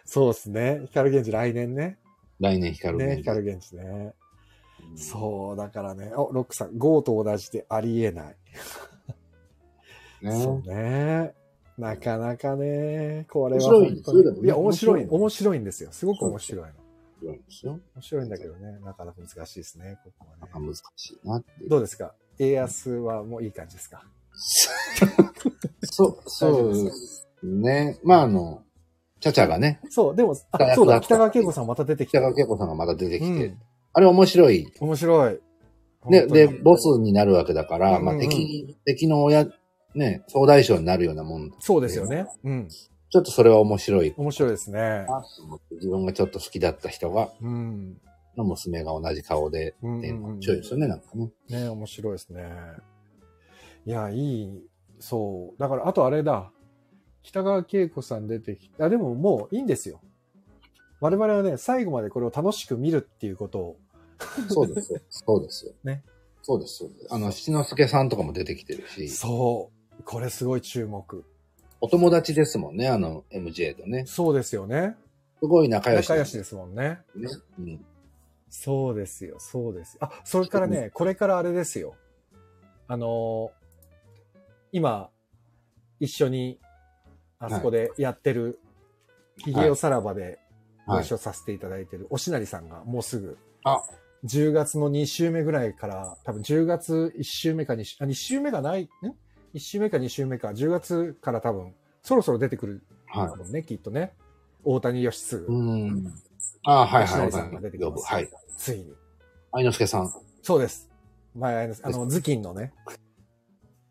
Speaker 1: そうですね。光源氏来年ね。
Speaker 3: 来年光
Speaker 1: ね、
Speaker 3: 源氏。
Speaker 1: 光源氏ね。そう、だからね。お、ロックさん、ゴーと同じでありえない。
Speaker 3: うん。
Speaker 1: そ
Speaker 3: ね
Speaker 1: うね。なかなかね、これは
Speaker 3: 面白い
Speaker 1: 本当に
Speaker 3: そうだよね
Speaker 1: いや、面白い、
Speaker 3: 面白い
Speaker 1: 面白いんですよ。すごく面白いの。
Speaker 3: そうなんですよ。
Speaker 1: 面白いんだけどね、なかなか難しいですね、ここ
Speaker 3: なんか
Speaker 1: はね。
Speaker 3: 難しいなっていう。
Speaker 1: どうですか家康はもういい感じですか
Speaker 3: そう、そうですね。まあ、あの、チャチャがね、
Speaker 1: そう、でも、
Speaker 3: 北
Speaker 1: あ、
Speaker 3: 川
Speaker 1: そうだ、
Speaker 3: 景子
Speaker 1: 北川景子さんまた出てきた。
Speaker 3: 北川景子さんがまた出てきて、
Speaker 1: うん
Speaker 3: あれ面白い。
Speaker 1: 面白い。
Speaker 3: で、
Speaker 1: 本当に
Speaker 3: で、ボスになるわけだから、まあ
Speaker 1: うんうん
Speaker 3: 敵、敵の親、ね、総大将になるようなもん。
Speaker 1: そうですよね。うん。
Speaker 3: ちょっとそれは面白い
Speaker 1: 面白いですね。
Speaker 3: なと思って、自分がちょっと好きだった人が、
Speaker 1: うん。
Speaker 3: の娘が同じ顔で、
Speaker 1: うん
Speaker 3: っていうの
Speaker 1: う
Speaker 3: が
Speaker 1: ん
Speaker 3: 面白いですよね、なんかね。
Speaker 1: ね面白いですね。いや、いい、そう。だから、あとあれだ。北川景子さん出てきあ、でももういいんですよ。我々はね、最後までこれを楽しく見るっていうことを。
Speaker 3: そうです よ。そうですよ。
Speaker 1: ね。
Speaker 3: そうですよ。あの、七之助さんとかも出てきてるし、
Speaker 1: そう。これすごい注目。
Speaker 3: お友達ですもんね、あの、MJ とね。
Speaker 1: そうですよね。
Speaker 3: すごい仲良し
Speaker 1: 仲
Speaker 3: で
Speaker 1: 良
Speaker 3: す
Speaker 1: しですもんね。
Speaker 3: ね。うん。
Speaker 1: そうですよ、そうです。あ、それからね、これからあれですよ。あのー今、一緒に、あそこでやってる、ひげをさらばでご
Speaker 3: はい
Speaker 1: 一。緒させていただいてる、おしなりさんがもうすぐ、
Speaker 3: あ
Speaker 1: 10月の2週目ぐらいから、多分10月1週目か2週、あ、2週目がない、ん ?1 週目か2週目か、10月から多分、そろそろ出てくる
Speaker 3: はい
Speaker 1: もんね、きっとね。大谷義嗣、
Speaker 3: うん。ああ、はい
Speaker 1: おしな
Speaker 3: はい
Speaker 1: りさんが
Speaker 3: は
Speaker 1: 出て
Speaker 3: い。
Speaker 1: き
Speaker 3: 呼
Speaker 1: ま
Speaker 3: ぶ。
Speaker 1: す。
Speaker 3: はい。
Speaker 1: ついに。
Speaker 3: 愛之助さん。
Speaker 1: そうです。前、あのあの、頭巾のね、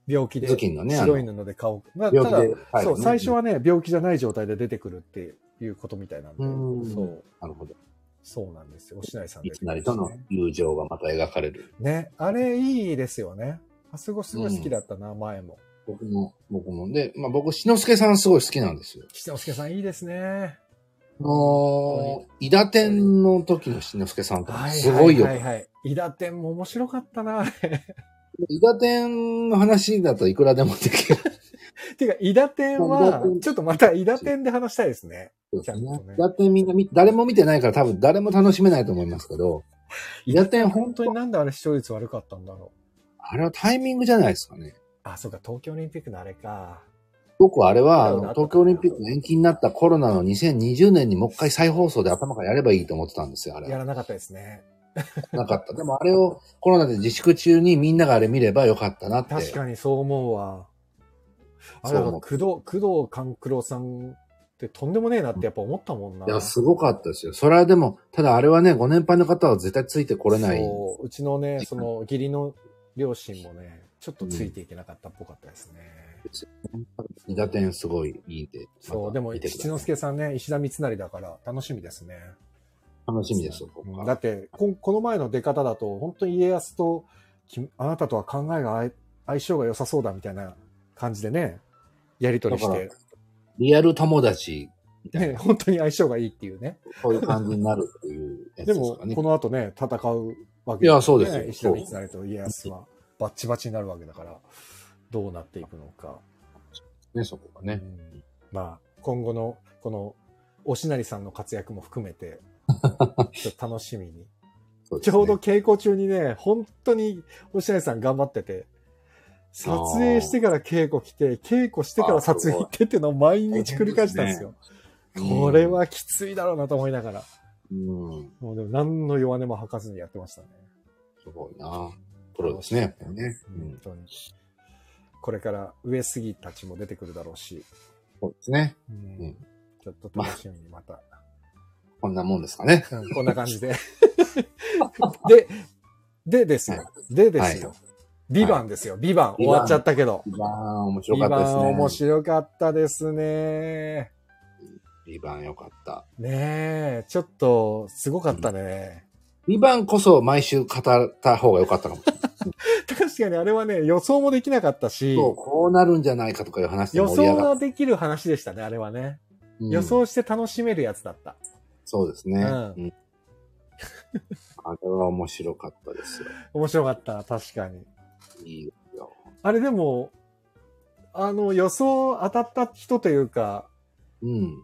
Speaker 1: 病気で、
Speaker 3: 頭巾のねあの
Speaker 1: 白い布で顔、まあ、た
Speaker 3: 病気
Speaker 1: だ、
Speaker 3: で。はい
Speaker 1: そう、最初。はね、病気じゃない状態で出てくるっていうことみたいなんで、
Speaker 3: うん
Speaker 1: そう、
Speaker 3: なるほど。
Speaker 1: そうなんですよ。おしなりさん
Speaker 3: い
Speaker 1: で
Speaker 3: きなりとの友情がまた描かれる。
Speaker 1: ね、あれいいですよね。あそこすごい好きだったな、前も。
Speaker 3: 僕も、僕も。で、まあ僕、篠介さんすごい好きなんですよ。
Speaker 1: 岸之助さんいいですね。
Speaker 3: あのー、伊田天の時の篠介さんとかすごいよ
Speaker 1: は。いはいはい。伊田店も面白かったな、あ れ。
Speaker 3: 伊田天の話だといくらでもできる。
Speaker 1: てか、伊田店
Speaker 3: 伊田
Speaker 1: は
Speaker 3: 天、
Speaker 1: ちょっとまた伊田店で話したいですね。
Speaker 3: そう
Speaker 1: ちゃんとね
Speaker 3: だってみんな見、誰も見てないから多分誰も楽しめないと思いますけど、伊田天
Speaker 1: 本
Speaker 3: 本
Speaker 1: 当
Speaker 3: 当
Speaker 1: に
Speaker 3: に、
Speaker 1: なんであれ視聴率悪かったんだろう。
Speaker 3: あれはタイミングじゃないですかね。
Speaker 1: あ、そうか、東京オリンピックのあれか。
Speaker 3: 僕はあれは、あの
Speaker 1: そうだ
Speaker 3: 東京オリンピックの延期になったコロナの2020年にもう一回再放送で頭からやればいいと思ってたんですよ、あれ
Speaker 1: や
Speaker 3: は。
Speaker 1: らなかったですね。
Speaker 3: なかった。でもあれをコロナで自粛中にみんながあれ見ればよかったなって。
Speaker 1: 確かにそう思うわ。あれ
Speaker 3: そう
Speaker 1: だ
Speaker 3: 思
Speaker 1: 工
Speaker 3: う
Speaker 1: 藤、工藤官九郎さんってとんでもねえなってやっぱ思ったもんな。
Speaker 3: いや、すごかったですよ。それはでも、ただあれはね、ご年配の方は絶対ついてこれない。
Speaker 1: そううちのねその義理の両親もねちょっとついていけなかったっぽかったですね、
Speaker 3: 二打点すごいいいんで。
Speaker 1: そうでも七之
Speaker 3: 助。
Speaker 1: 助さんね石田三成だから楽しみですね
Speaker 3: 楽しみですよ、僕
Speaker 1: うん
Speaker 3: は
Speaker 1: だってここの前の出方だと本当に家康ときあなたとは考えが合い相性が良さそうだみたいな感じでねやり取りして、
Speaker 3: リアル友達、
Speaker 1: ね、本当に相性がいいっていうね
Speaker 3: そういう感じになるっていうやつ
Speaker 1: で
Speaker 3: です
Speaker 1: も
Speaker 3: かね。
Speaker 1: この後ね戦うわけ
Speaker 3: いやそうですよ
Speaker 1: ね石田三成と家康はバッチバチになるわけだからどうなっていくのか
Speaker 3: ね、そこがね。
Speaker 1: うんまあ、今後の、この、おしなりさんの活躍も含め て、ちょっと楽しみに。
Speaker 3: そうで
Speaker 1: ち
Speaker 3: すね
Speaker 1: ょうど稽古中にね、本当におしなりさん頑張ってて、撮影してから稽古来て、稽古してから撮影行ってっていうのを毎日繰り返したんですよ。
Speaker 3: うん
Speaker 1: これはきついだろうなと思いながら、
Speaker 3: うん。
Speaker 1: もうでも何の弱音も吐かずにやってましたね。
Speaker 3: すごいなプロですね、やっぱりね。う
Speaker 1: 本
Speaker 3: ん。
Speaker 1: 当に。これから上杉たちも出てくるだろうし、
Speaker 3: そうですね。
Speaker 1: うん
Speaker 3: うん
Speaker 1: ちょっと楽しみにま た。
Speaker 3: こんなもんですかね。
Speaker 1: うんこんな感じ で。で、でですよ。でですよ。ビバンですよ。ビバン終わっちゃったけど。
Speaker 3: リバーン面白
Speaker 1: ビ
Speaker 3: かったで
Speaker 1: バ
Speaker 3: す
Speaker 1: ン
Speaker 3: ね。
Speaker 1: 面白かったですね。
Speaker 3: リバーンよかった。
Speaker 1: ねえ、ちょっと、すごかったね。
Speaker 3: リバーンこそ毎週語った方がよかったかもしれない。
Speaker 1: 確かにあれはね、予想もできなかったし、
Speaker 3: そう、こうなるんじゃないかとかいう話で
Speaker 1: 予
Speaker 3: 盛り
Speaker 1: 想
Speaker 3: 上がっ
Speaker 1: ができる話でしたね、あれはね。
Speaker 3: うん
Speaker 1: 予想して楽しめるやつだった。
Speaker 3: そうですね。
Speaker 1: う
Speaker 3: うんんあれは面白かったですよ。
Speaker 1: 面白かった、確かに。
Speaker 3: いいですよ。
Speaker 1: あれでも、あの、予想当たった人というか、
Speaker 3: うん。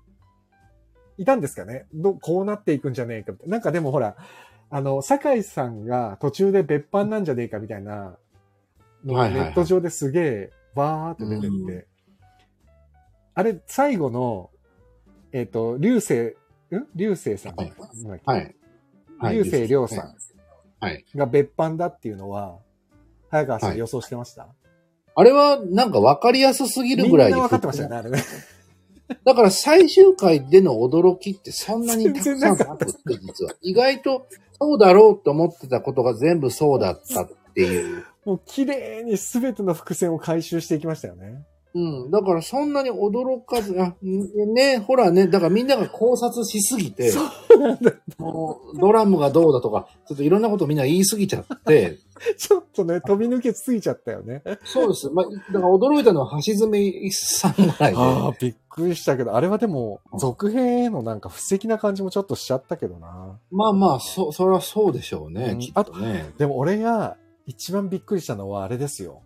Speaker 1: いたんですかねどこうなっていくんじゃねえかみたいな。なんかでもほら、あの、酒井さんが途中で別班なんじゃねえかみたいな、のが
Speaker 3: はいはい
Speaker 1: ネ
Speaker 3: はい
Speaker 1: ット上ですげえ、バーって出てっ
Speaker 3: うん
Speaker 1: て。あれ、最後の、えっ、と、流星、ん流星さん。
Speaker 3: はい
Speaker 1: なんだっけ
Speaker 3: はい。はい
Speaker 1: 流星涼さん
Speaker 3: はい。
Speaker 1: が別班だっていうのは、早川さん予想してました、
Speaker 3: あれはなんか分かりやすすぎる
Speaker 1: み
Speaker 3: ぐ
Speaker 1: ん
Speaker 3: ら
Speaker 1: ない
Speaker 3: に
Speaker 1: 分かってましたよね、あれね。
Speaker 3: だから最終回での驚きってそんなにたくさんなくって、実は。意外とそうだろうと思ってたことが全部そうだったっていう。
Speaker 1: もう綺麗に全ての伏線を回収していきましたよね。
Speaker 3: うん。だからそんなに驚かず、あ、ね、ほらね、だからみんなが考察しすぎて、もうドラムがどうだとか、ちょっといろんなことみんな言いすぎちゃって、
Speaker 1: ちょっとね、飛び抜けすぎちゃったよね。
Speaker 3: そうです。まあ、だから驚いたのは橋爪さんぐらいで。
Speaker 1: ああ、びっくりしたけど、あれはでも
Speaker 3: う、ん
Speaker 1: 続編へのなんか布石な感じもちょっとしちゃったけどな。
Speaker 3: まあまあ、そ、それはそうでしょうね、
Speaker 1: うん
Speaker 3: きっとね。
Speaker 1: でも俺が一番びっくりしたのはあれですよ。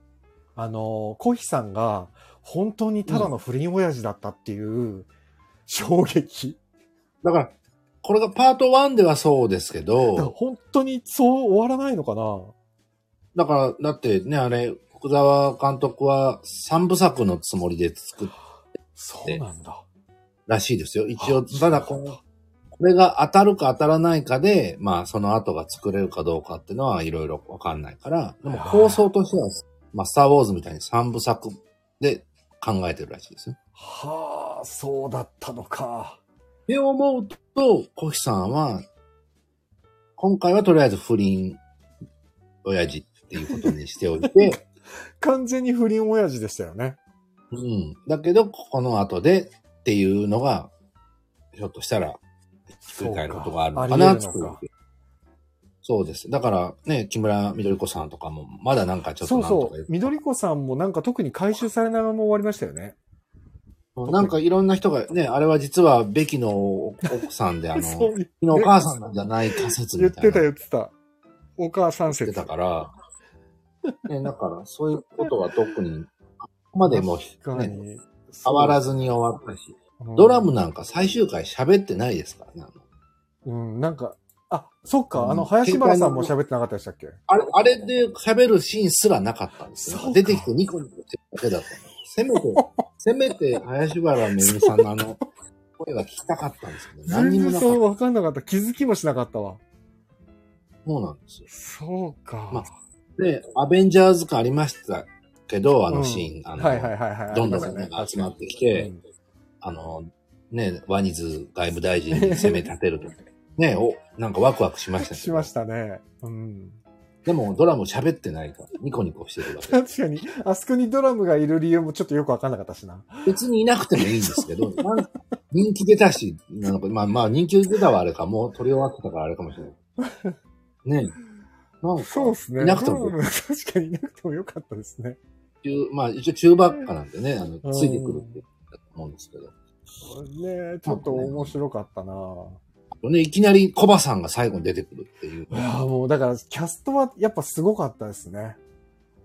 Speaker 1: あの、コヒさんが、本当にただの不倫親父だったっていう衝撃。
Speaker 3: だから、これがパート1ではそうですけ
Speaker 1: だから
Speaker 3: ど、
Speaker 1: 本当にそう終わらないのかな
Speaker 3: だから、だってね、あれ、福沢監督は三部作のつもりで作っ
Speaker 1: そうなんだ。
Speaker 3: らしいですよ。一応、
Speaker 1: あ
Speaker 3: ただこの、これが当たるか当たらないかで、まあ、その後が作れるかどうかっていうのはいろいろわかんないから、でも構想としては、まあ、スターウォーズみたいに三部作で考えてるらしいですよ。
Speaker 1: はあ、そうだったのか。
Speaker 3: で思うと、コヒさんは、今回はとりあえず不倫、親父っていうことにしておいて、
Speaker 1: 完全に不倫親父でしたよね。
Speaker 3: うん。だけど、この後でっていうのが、ひょっとしたら、ひっくり返ることがあるの
Speaker 1: そう
Speaker 3: かな
Speaker 1: かありえるのか
Speaker 3: っていうそうです。だからね、木村みどり子さんとかも、まだなんかちょっと
Speaker 1: そ
Speaker 3: な
Speaker 1: うん
Speaker 3: とか
Speaker 1: そ
Speaker 3: 言
Speaker 1: う。緑子さんもなんか特に回収されないまま終わりましたよね。
Speaker 3: うなんかいろんな人が、ね、あれは実はベキの奥さんで、あ の、
Speaker 1: そう
Speaker 3: うちのお母さんなんじゃない仮説
Speaker 1: 言っ
Speaker 3: み
Speaker 1: たて
Speaker 3: い
Speaker 1: た
Speaker 3: な。
Speaker 1: 言ってた。お母さん
Speaker 3: 言って
Speaker 1: 説。
Speaker 3: たから、ね、だからそういうことは特に、あここまでも
Speaker 1: 確
Speaker 3: う、
Speaker 1: か
Speaker 3: ね、
Speaker 1: に。
Speaker 3: 変わらずに終わったし、
Speaker 1: うん
Speaker 3: ドラムなんか最終回喋ってないですからね。あの
Speaker 1: うん、なんか、あ、そっか、あの、
Speaker 3: うん
Speaker 1: 林原さんも喋ってなかったでしたっけ
Speaker 3: あれ、あれで喋るシーンすらなかったんですよ
Speaker 1: そう。か
Speaker 3: 出てきてニコニコしてるだけだったの。せめて、せめて林原めぐみさんのあ の、声が聞きたかったんですけど、何
Speaker 1: 全
Speaker 3: にも
Speaker 1: 然
Speaker 3: なかっ
Speaker 1: そう
Speaker 3: た。
Speaker 1: 分かんなかった。気づきもしなかったわ。
Speaker 3: そうなんですよ。
Speaker 1: そうか。
Speaker 3: まで、アベンジャーズ感ありましたけど、あ
Speaker 1: う
Speaker 3: の
Speaker 1: ん
Speaker 3: シーン、あの、
Speaker 1: はいはいはいはい。
Speaker 3: どんどん
Speaker 1: ありましたね
Speaker 3: が集まってきて
Speaker 1: うん
Speaker 3: あの、ね、ワニズ外務大臣に攻め立てると。ね、お、なんかワクワクしましたけど
Speaker 1: しましたね。うん。
Speaker 3: でもドラム喋ってないから、ニコニコしてるわけ。
Speaker 1: 確かに、あそこにドラムがいる理由もちょっとよく分かんなかったしな。
Speaker 3: 別にいなくてもいいんですけど、 なん人気出たし、なのか、まあまあ人気出たはあれか、もう取り終わってたからあれかもしれない。ねえ。なんか、
Speaker 1: そうですね。
Speaker 3: いなくても
Speaker 1: ドラムが確かにいなくてもよかったですね。
Speaker 3: 中まあ一応中ばっかなんでね、あの
Speaker 1: うん、
Speaker 3: ついてくるって思うんですけど。
Speaker 1: ねちょっと面白かったな
Speaker 3: あとね、いきなりコバさんが最後に出てくるっていう。
Speaker 1: いやーもうだからキャストはやっぱすごかったですね。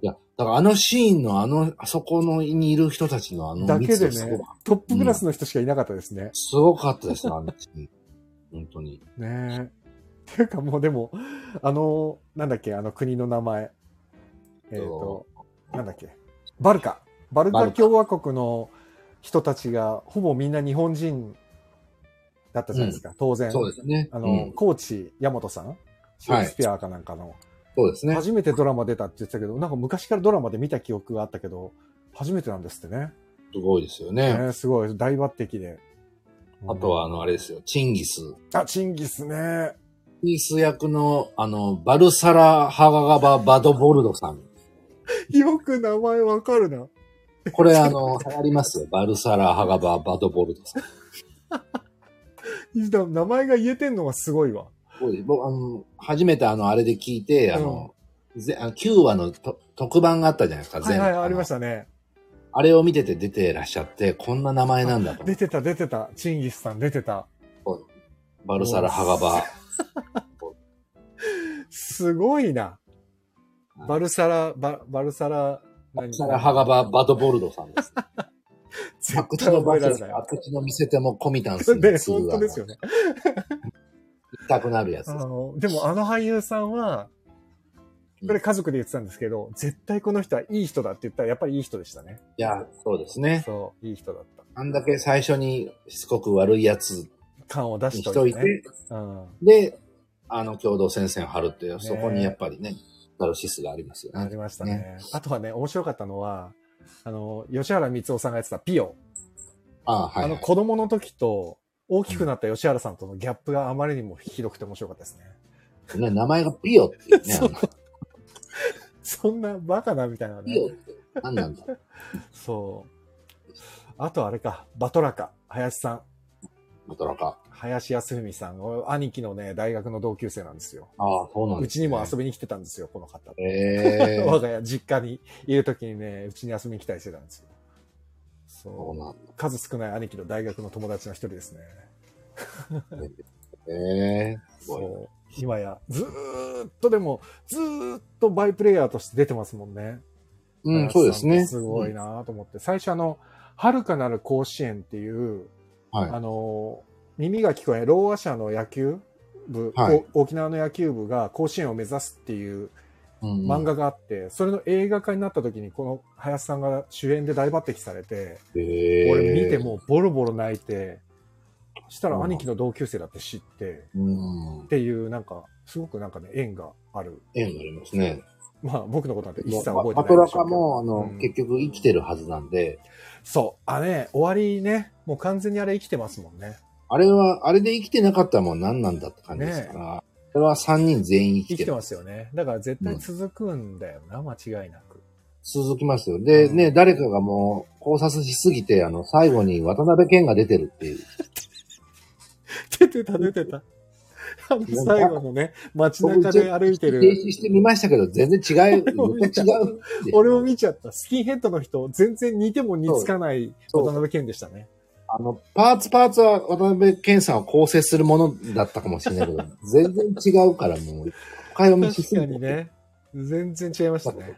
Speaker 3: いや、だからあのシーンのあの、あそこのにいる人たちのあの
Speaker 1: だけ
Speaker 3: 密
Speaker 1: で
Speaker 3: 度すご,、
Speaker 1: ね、トップクラスの人しかいなかったですね。
Speaker 3: すごかったですね、あのシーン。本当に。
Speaker 1: ねえ。ていうかもうでも、あの、なんだっけ、あの国の名前。えっ、と、なんだっけ。バルカ。バル
Speaker 3: バ
Speaker 1: カ
Speaker 3: ルカ
Speaker 1: 共和国の人たちが、ほぼみんな日本人だったじゃないですか、当然。
Speaker 3: そうですね。
Speaker 1: あ
Speaker 3: う
Speaker 1: の、
Speaker 3: ん
Speaker 1: コーチ、大和さんシェイクスピアかなんかの、
Speaker 3: そうですね。
Speaker 1: 初めてドラマ出たって言ってたけど、なんか昔からドラマで見た記憶があったけど、初めてなんですってね。
Speaker 3: すごいですよね。
Speaker 1: ねすごい、大抜擢で。うん
Speaker 3: あとは、あの、あれですよ、チンギス。
Speaker 1: あ、チンギスね。
Speaker 3: チンギス役の、あの、バルサラ・ハガガバ・バドボルドさん。
Speaker 1: よく名前わかるな。
Speaker 3: これ、あの、流行りますよ。バルサラ・ハガバ・バドボルドさん。す
Speaker 1: だ名前が言えてんのがすごいわ。
Speaker 3: ごい僕、あの、初めてあの、あれで聞いて、あの、ぜあの9話のと特番があったじゃないですか、
Speaker 1: はいはい、
Speaker 3: あの
Speaker 1: ありましたね。
Speaker 3: あれを見てて出てらっしゃって、こんな名前なんだと思
Speaker 1: 出
Speaker 3: って。
Speaker 1: てた出てた。チンギスさん出てた。
Speaker 3: バルサラ・ハガバ。
Speaker 1: すごいな。バルサラ、ババルサラ、
Speaker 3: バ
Speaker 1: 何
Speaker 3: ルサラ・ハガバ・バドボルドさん です。あっ
Speaker 1: 絶
Speaker 3: ち
Speaker 1: 対
Speaker 3: のバ
Speaker 1: 覚え
Speaker 3: ス、
Speaker 1: られない
Speaker 3: あ
Speaker 1: わ
Speaker 3: っ。ちの見せてもコミタンスに
Speaker 1: で、
Speaker 3: する
Speaker 1: 本当
Speaker 3: わ。
Speaker 1: で
Speaker 3: 行
Speaker 1: すよね。
Speaker 3: きたくなるやつ
Speaker 1: あ。の、でもあの俳優さんは、これ家族で言ってたんですけど、絶対この人はいい人だって言ったら、やっぱりいい人でしたね。
Speaker 3: いや、そうですね。
Speaker 1: そう、いい人だった。
Speaker 3: あんだけ最初にしつこく悪いやつ
Speaker 1: 感を出
Speaker 3: に
Speaker 1: し
Speaker 3: し
Speaker 1: と
Speaker 3: と
Speaker 1: い
Speaker 3: い
Speaker 1: て
Speaker 3: て、
Speaker 1: ね。うん。
Speaker 3: で、あの共同戦線張るっていう、そこにやっぱりね、ナルシスがありますよ
Speaker 1: あ
Speaker 3: ね
Speaker 1: り。ましたね
Speaker 3: ね
Speaker 1: あとはね、面白かったのは、あの、吉原光夫さんがやってたピオ。
Speaker 3: ああ、はい、
Speaker 1: あの、子供の時と、大きくなった吉原さんとのギャップがあまりにもひどくて面白かったですね。
Speaker 3: ね。名前がピオっていうね、あ
Speaker 1: そう
Speaker 3: の
Speaker 1: そんなバカなみたいな
Speaker 3: ピオっ
Speaker 1: ね。
Speaker 3: て何なんだ
Speaker 1: そう。あとあれか、バトラカ、林さん。
Speaker 3: なかなか。
Speaker 1: 林康文さん、兄貴のね、大学の同級生なんですよ。
Speaker 3: ああ、そうなん
Speaker 1: う
Speaker 3: です
Speaker 1: ち
Speaker 3: ね、
Speaker 1: にも遊びに来てたんですよ、この方。
Speaker 3: ええ
Speaker 1: 我が家、実家にいる時にね、うちに遊びに来たりしてたんですよ。
Speaker 3: そう
Speaker 1: そ
Speaker 3: なん
Speaker 1: う。数少ない兄貴の大学の友達の一人ですね。
Speaker 3: だ。ええすごい。
Speaker 1: そう。今や、ずーっとでも、ずーっとバイプレイヤーとして出てますもんね。
Speaker 3: うん、そうですね。
Speaker 1: すごいなと思って、最初あの、遥かなる甲子園っていう、
Speaker 3: はい
Speaker 1: あの、耳が聞こえない、ろうあ者の野球部、
Speaker 3: はい
Speaker 1: お沖縄の野球部が甲子園を目指すっていう
Speaker 3: うんうん
Speaker 1: 漫画があって、それの映画化になった時に、この林さんが主演で大抜擢されて、
Speaker 3: へー
Speaker 1: 俺見てもうボロボロ泣いて、そしたら兄貴の同級生だって知って、
Speaker 3: うん
Speaker 1: っ。ていう、なんか、すごくなんかね、縁がある。
Speaker 3: 縁がありますね。
Speaker 1: まあ、僕のことなんて一切覚えてないで
Speaker 3: ア
Speaker 1: し
Speaker 3: ト
Speaker 1: ょう
Speaker 3: ラ
Speaker 1: けど。
Speaker 3: カも、あの、
Speaker 1: うん
Speaker 3: 結局生きてるはずなんで、
Speaker 1: そう。あね、終わりね、もう完全にあれ生きてますもんね。
Speaker 3: あれは、あれで生きてなかったらもう何なんだって感じですから、これは3人全員生
Speaker 1: 生
Speaker 3: き
Speaker 1: きて
Speaker 3: てる。
Speaker 1: ますよね。だから絶対続くんだよな、間違いなく。
Speaker 3: 続きますよ。で、
Speaker 1: うん
Speaker 3: ね、誰かがもう考察しすぎて、あの、最後に渡辺謙が出てるっていう。
Speaker 1: 出てた、出てた。あの、最後のね、街中で歩いて
Speaker 3: 停
Speaker 1: る。
Speaker 3: 止してみましたけど、全 然違う。
Speaker 1: も見た
Speaker 3: 全然違う。
Speaker 1: 俺も見ちゃった。スキンヘッドの人、全然似ても似つかない
Speaker 3: そう
Speaker 1: 渡辺謙でしたね。
Speaker 3: あの、パーツパーツは渡辺謙さんを構成するものだったかもしれないけ ど、全然違うからもう、深読みし
Speaker 1: 確
Speaker 3: す
Speaker 1: か
Speaker 3: ぎて
Speaker 1: に。ね。全然違いましたね。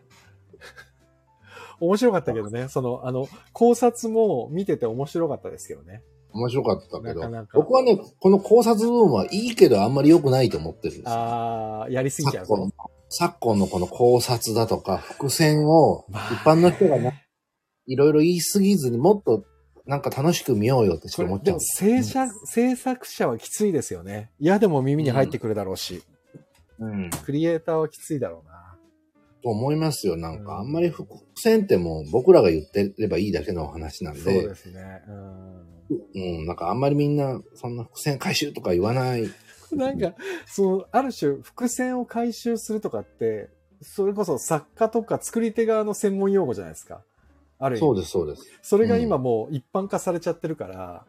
Speaker 1: 面白かったけどね、その、あの、考察も見てて面白かったですけどね。
Speaker 3: 面白かったけ
Speaker 1: な
Speaker 3: ど
Speaker 1: かなか
Speaker 3: 僕はね、この考察部分はいいけどあんまり良くないと思ってるんですよ
Speaker 1: あー、やりすぎちゃ
Speaker 3: 昨
Speaker 1: う
Speaker 3: 今
Speaker 1: と
Speaker 3: の。昨今のこの考察だとか、伏線を一
Speaker 1: まあ
Speaker 3: 般の人がないろいろ言いすぎずにもっとなんか楽しく見ようよってち
Speaker 1: こ
Speaker 3: ょ
Speaker 1: れ
Speaker 3: っと思っち
Speaker 1: で
Speaker 3: ゃう
Speaker 1: も。制作、制作者はきついですよね。いやでも耳に入ってくるだろうし、
Speaker 3: うん。
Speaker 1: クリエイターはきついだろうな。
Speaker 3: と思いますよ。なん
Speaker 1: うん
Speaker 3: かあんまり伏線ってもう僕らが言ってればいいだけの話なん
Speaker 1: そう
Speaker 3: で、
Speaker 1: ですね。う
Speaker 3: うん、なんかあんまりみんなそんな伏線回収とか言わない。
Speaker 1: ん。 なんか、その、ある種、伏線を回収するとかって、それこそ作家とか作り手側の専門用語じゃないですか。ある意味。
Speaker 3: そうです、そうです。
Speaker 1: それが今もう一般化されちゃってるから、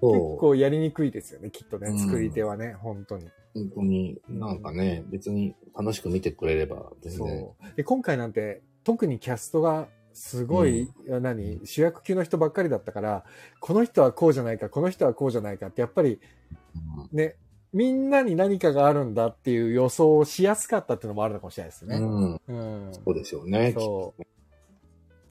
Speaker 1: 結
Speaker 3: そう。
Speaker 1: 構やりにくいですよね、きっと
Speaker 3: う
Speaker 1: ね。
Speaker 3: ん
Speaker 1: 作り手はね、本当に。
Speaker 3: 本当に、なんかね、別に楽しく見てくれれば全然。
Speaker 1: そう。で、今回なんて、特にキャストが、すごい、何、主役級の人ばっかりだったから、この人はこうじゃないか、この人はこうじゃないかって、やっぱりね、みんなに何かがあるんだっていう予想をしやすかったっていうのもあるのかもしれないです
Speaker 3: う
Speaker 1: ね。
Speaker 3: ん。うん
Speaker 1: うん。
Speaker 3: そうでしょうね。
Speaker 1: そう。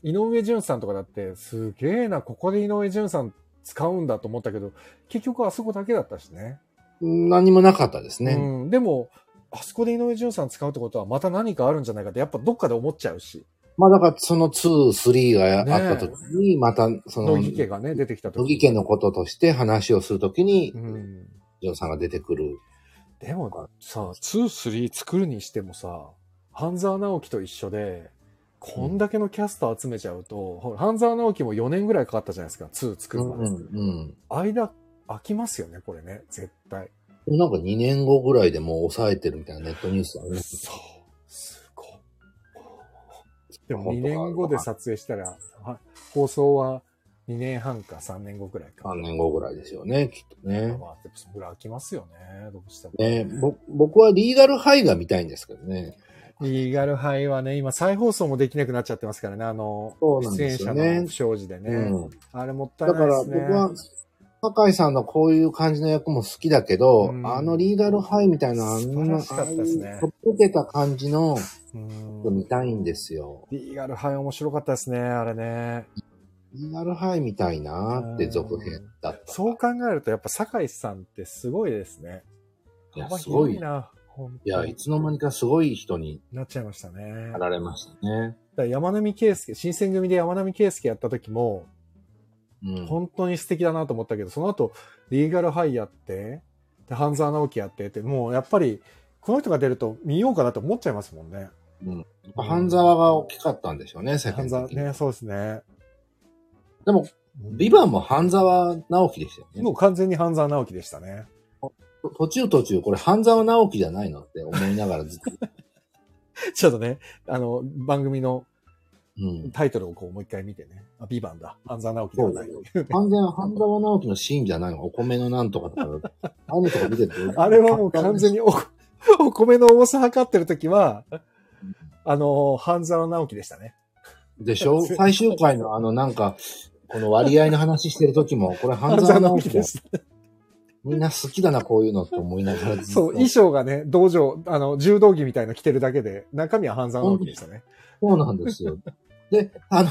Speaker 1: 井上淳さんとかだって、すげえな、ここで井上淳さん使うんだと思ったけど、結局あそこだけだったしね。
Speaker 3: 何もなかったですね。
Speaker 1: うん。でも、あそこで井上淳さん使うってことは、また何かあるんじゃないかって、やっぱどっかで思っちゃうし。
Speaker 3: まあだからその2、3があった時に、またその、
Speaker 1: 乃木家がね、出てきた時
Speaker 3: 乃木家のこととして話をするときに
Speaker 1: う、ん。
Speaker 3: ジョンさんが出てくる。
Speaker 1: でもさ、2、3作るにしてもさ、半沢直樹と一緒で、こんだけのキャスト集めちゃうと、ほら、半沢直樹も4年ぐらいかかったじゃないですか、2作
Speaker 3: う
Speaker 1: る
Speaker 3: ん
Speaker 1: ま
Speaker 3: う
Speaker 1: で。
Speaker 3: ん
Speaker 1: 間、空きますよね、これね、絶対。
Speaker 3: うん。なんか2年後ぐらいでもう抑えてるみたいなネットニュースあります
Speaker 1: そう。すごい。でも2年後で撮影したら、は放送は2年半か3年後くらいか。
Speaker 3: 3年後ぐらいですよね、きっと
Speaker 1: まあ、で
Speaker 3: ね。
Speaker 1: もそんぐらい空きますよね、どうしても。
Speaker 3: ねぼ僕はリーガルハイが見たいんですけどね。
Speaker 1: リーガルハイはね、今再放送もできなくなっちゃってますからね、あの、
Speaker 3: そうなん
Speaker 1: 出
Speaker 3: で
Speaker 1: 演
Speaker 3: す
Speaker 1: 者
Speaker 3: よ
Speaker 1: の
Speaker 3: ね
Speaker 1: 不祥事でね。
Speaker 3: うん。
Speaker 1: あれもったい
Speaker 3: だ
Speaker 1: な
Speaker 3: か
Speaker 1: いで
Speaker 3: ら
Speaker 1: す
Speaker 3: 僕
Speaker 1: ね。
Speaker 3: は、酒井さんのこういう感じの役も好きだけど、
Speaker 1: うん
Speaker 3: あのリーガルハイみたいな、あ
Speaker 1: 素
Speaker 3: ん
Speaker 1: 晴
Speaker 3: な、
Speaker 1: らしかったですね
Speaker 3: ああいうとっぽけた感じの、
Speaker 1: うん
Speaker 3: 見たいんですよ。
Speaker 1: リーガルハイ面白かったですね、あれね。
Speaker 3: リーガルハイみたいなーっ
Speaker 1: う
Speaker 3: て
Speaker 1: ん
Speaker 3: 続編だった。
Speaker 1: そう考えると、やっぱ酒井さんってすごいですね。
Speaker 3: いや、
Speaker 1: 幅
Speaker 3: すご
Speaker 1: 広
Speaker 3: い。
Speaker 1: い
Speaker 3: い
Speaker 1: な。本当
Speaker 3: や、
Speaker 1: に
Speaker 3: いつの間にかすごい人に
Speaker 1: なっちゃいましたね。
Speaker 3: な
Speaker 1: だから
Speaker 3: れましたね。
Speaker 1: ら山並圭介、新選組で山並圭介やった時も、
Speaker 3: うん。
Speaker 1: 本当に素敵だなと思ったけど、その後、リーガルハイやって、で、半沢直樹やってって、もうやっぱり、この人が出ると見ようかなと思っちゃいますもんね。
Speaker 3: やっぱ半沢が大きかったんでしょうね、世間
Speaker 1: 半沢
Speaker 3: 的に。
Speaker 1: ね、そうですね。
Speaker 3: でも、
Speaker 1: うん
Speaker 3: ビバンも半沢直樹でしたよね。
Speaker 1: もう完全に半沢直樹でしたね。
Speaker 3: 途中途中、これ半沢直樹じゃないのって思いながら ずっと。
Speaker 1: ちょっとね、あの、番組の
Speaker 3: うん。
Speaker 1: タイトルをこうもう一回見てね。あ、ビバンだ。半沢直樹で
Speaker 3: そ
Speaker 1: は
Speaker 3: う
Speaker 1: な
Speaker 3: だ
Speaker 1: い。
Speaker 3: よ。完全半沢直樹のシーンじゃないの。お米のなんとかとか、あのとか見てて。
Speaker 1: あれはもう完全にお お米の重さ測ってる時は、あの、半沢直樹でしたね。
Speaker 3: でしょ最終回のあのなんか、この割合の話してる時も、これ半
Speaker 1: 半
Speaker 3: 沢
Speaker 1: 沢
Speaker 3: 直
Speaker 1: 直
Speaker 3: 樹
Speaker 1: 樹
Speaker 3: で。
Speaker 1: ですし
Speaker 3: みんな好きだな、こういうのって思いながらず
Speaker 1: た。
Speaker 3: っと。
Speaker 1: そう、衣装がね、道場、あの、柔道着みたいの着てるだけで、中身は半沢直樹でしたね。
Speaker 3: そうなんですよ。で、あの、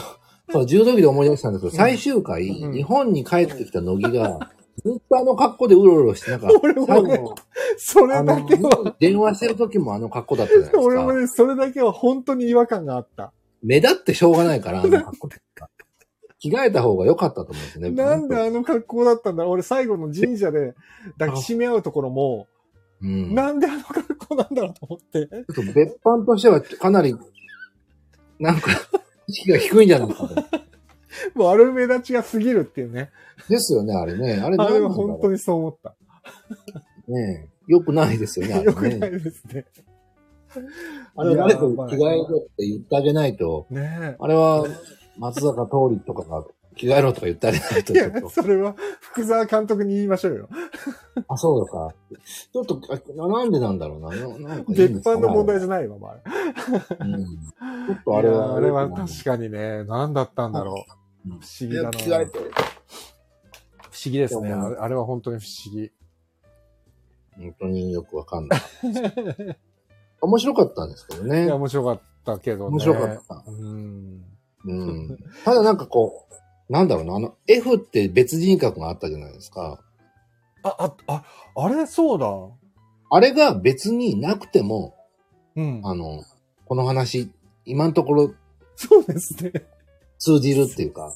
Speaker 3: そう、柔道着で思い出したんですけど、最終回、
Speaker 1: うん
Speaker 3: 日本に帰ってきた乃木が、ずっとあの格好でうろうろして、なんか、
Speaker 1: 俺もね
Speaker 3: 最後、
Speaker 1: それ
Speaker 3: あ
Speaker 1: だ
Speaker 3: の
Speaker 1: けは、、
Speaker 3: 電話してる時もあの格好だったじゃないです
Speaker 1: 俺も
Speaker 3: か。
Speaker 1: ね、それだけは本当に違和感があった。
Speaker 3: 目立ってしょうがないから、あの格好だった。着替えた方が良かったと思うんですよね。
Speaker 1: なんであの格好だったんだろう俺最後の神社で抱きしめ合うところも、
Speaker 3: うん。ちょ
Speaker 1: なんであの格好なんだろうと思って。
Speaker 3: っと別班としてはかなり、なんか、意識が低いんじゃないかと。
Speaker 1: もう悪目立ちが過ぎるっていうね。
Speaker 3: ですよね、あれね。あれ
Speaker 1: あれ
Speaker 3: 何な
Speaker 1: は
Speaker 3: んだ
Speaker 1: 本
Speaker 3: ろ
Speaker 1: 当にそう思った。
Speaker 3: うね。良くないです よね、あれ
Speaker 1: よくな
Speaker 3: ね。
Speaker 1: いですね。
Speaker 3: あれは誰か
Speaker 1: いや
Speaker 3: 着替えろって言ってあげないと、
Speaker 1: ね
Speaker 3: あれは、松坂桃李とかが着替えろとか言ってあげない
Speaker 1: え。
Speaker 3: と、
Speaker 1: い
Speaker 3: ちょ
Speaker 1: や
Speaker 3: っ、と。
Speaker 1: それは福沢監督に言いましょうよ。
Speaker 3: あ、そうか。ちょっと、あなんでなんだろうな。ななんかいいん
Speaker 1: 別
Speaker 3: ですか
Speaker 1: 版
Speaker 3: ね
Speaker 1: の問題じゃないわ、まあ。
Speaker 3: うんちょっとあれ
Speaker 1: いや
Speaker 3: は。
Speaker 1: あれは確かにね、何だったんだろう。不
Speaker 3: うん
Speaker 1: 思議だな。
Speaker 3: 着替えて。
Speaker 1: 不思議ですね。
Speaker 3: いや
Speaker 1: あれあれは本当に不思議。
Speaker 3: 本当によくわかんない。面白かったんですけど
Speaker 1: い
Speaker 3: ね
Speaker 1: や、。面白かったけどね。
Speaker 3: 面白かった。
Speaker 1: うん。
Speaker 3: うん。ただなんかこう、なんだろうな、あの、F って別人格があったじゃないですか。
Speaker 1: あ、あ、あ、あれそうだ。
Speaker 3: あれが別になくても、
Speaker 1: うん。
Speaker 3: あの、この話、今のところ
Speaker 1: そうですね。
Speaker 3: 通じるっていうか、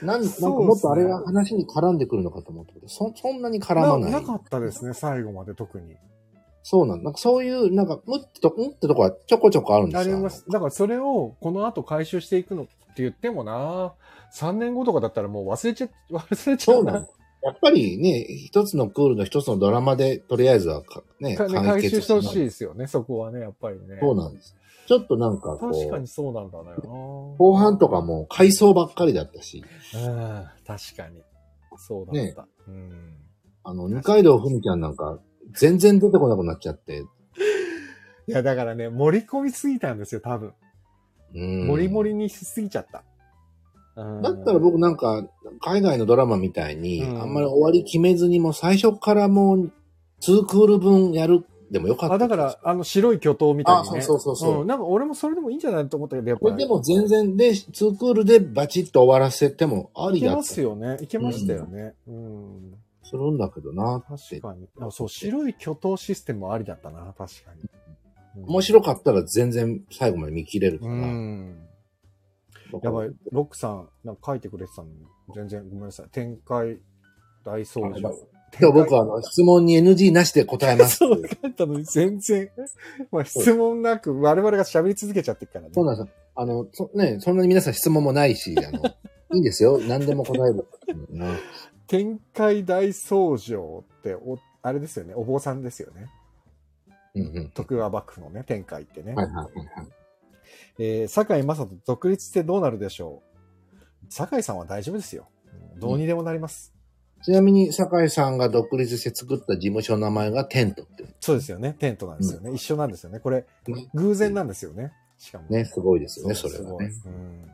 Speaker 3: なんなんか
Speaker 1: そうっすね
Speaker 3: もっとあれが話に絡んでくるのかと思ったけど、そそんなに絡
Speaker 1: な
Speaker 3: まない。
Speaker 1: なかったですね、最後まで特に。
Speaker 3: そうなんなんかそういう、なんか、むってとこ、むってとこはちょこちょこあるんで
Speaker 1: あ
Speaker 3: す
Speaker 1: り
Speaker 3: よ。
Speaker 1: ます。だからそれをこの後回収していくのって言ってもな、3年後とかだったらもう忘れちゃ、忘れちゃ
Speaker 3: そううなの。やっぱりね、一つのクールの一つのドラマで、とりあえずはか、ね、
Speaker 1: かね回収してほしい
Speaker 3: い。
Speaker 1: ですよね、そこはね、やっぱりね。
Speaker 3: そうなんです。ちょっとなんかこ
Speaker 1: 確か
Speaker 3: う
Speaker 1: に、そうなんだよな。
Speaker 3: 後半とかも回想ばっかりだったし、
Speaker 1: うん、確かに。そうだった。うん。
Speaker 3: あの、二階堂ふみちゃんなんか、全然出てこなくなっちゃって、
Speaker 1: いや、だからね、盛り込みすぎたんですよ、多分。
Speaker 3: うん。
Speaker 1: 盛り盛りにしすぎちゃった。うん
Speaker 3: だったら僕なんか、海外のドラマみたいに、
Speaker 1: うん
Speaker 3: あんまり終わり決めずに、もう最初からもう、2クール分やるでもよかった。
Speaker 1: あ、だから、、あの、白い巨頭みたいに、ね。
Speaker 3: あそうそうそうそうん
Speaker 1: なんか俺もそれでもいいんじゃないと思ったけど、やっぱ
Speaker 3: こ
Speaker 1: り
Speaker 3: れでも全然で、2クールでバチッと終わらせてもあ
Speaker 1: い
Speaker 3: り
Speaker 1: け
Speaker 3: だ
Speaker 1: ま
Speaker 3: っ
Speaker 1: す
Speaker 3: た
Speaker 1: よね。いけましたよね。うん。
Speaker 3: するんだけどなって
Speaker 1: 確。かに。あそう、白い巨頭システムもありだったな、確かに。
Speaker 3: 面
Speaker 1: い。
Speaker 3: 白かったら全然最後まで見切れるか
Speaker 1: う
Speaker 3: ら。
Speaker 1: ん。やばい、ロックさん、なんか書いてくれてたのに、全然ごめんなさい。展開、大掃除。
Speaker 3: あ今日僕はあの質問に NG なしで答えますって
Speaker 1: そ
Speaker 3: いう
Speaker 1: う書いたのに全然、まあ質問なく我々が喋り続けちゃってるからね。
Speaker 3: そうなんですよ。あの、そね、そんなに皆さん質問もないし、あの、いいんですよ。何でも答える。うん
Speaker 1: 展開大僧正ってお、あれですよね、お坊さんですよね。
Speaker 3: うん
Speaker 1: 徳川幕府のね、展開ってね。
Speaker 3: うん。はいはいはい。
Speaker 1: えー、堺井雅人独立ってどうなるでしょう堺井さんは大丈夫ですよ。うんどうにでもなります。
Speaker 3: ちなみに、酒井さんが独立して作った事務所の名前がテントっていう
Speaker 1: そうですよね。テントなんですよね。一緒なんですよね。これ
Speaker 3: うん、
Speaker 1: 偶然なんですよね。しかも。
Speaker 3: ね、すごいですよね、
Speaker 1: そ
Speaker 3: そ
Speaker 1: う
Speaker 3: れ
Speaker 1: す
Speaker 3: は
Speaker 1: ごい
Speaker 3: ね。
Speaker 1: うん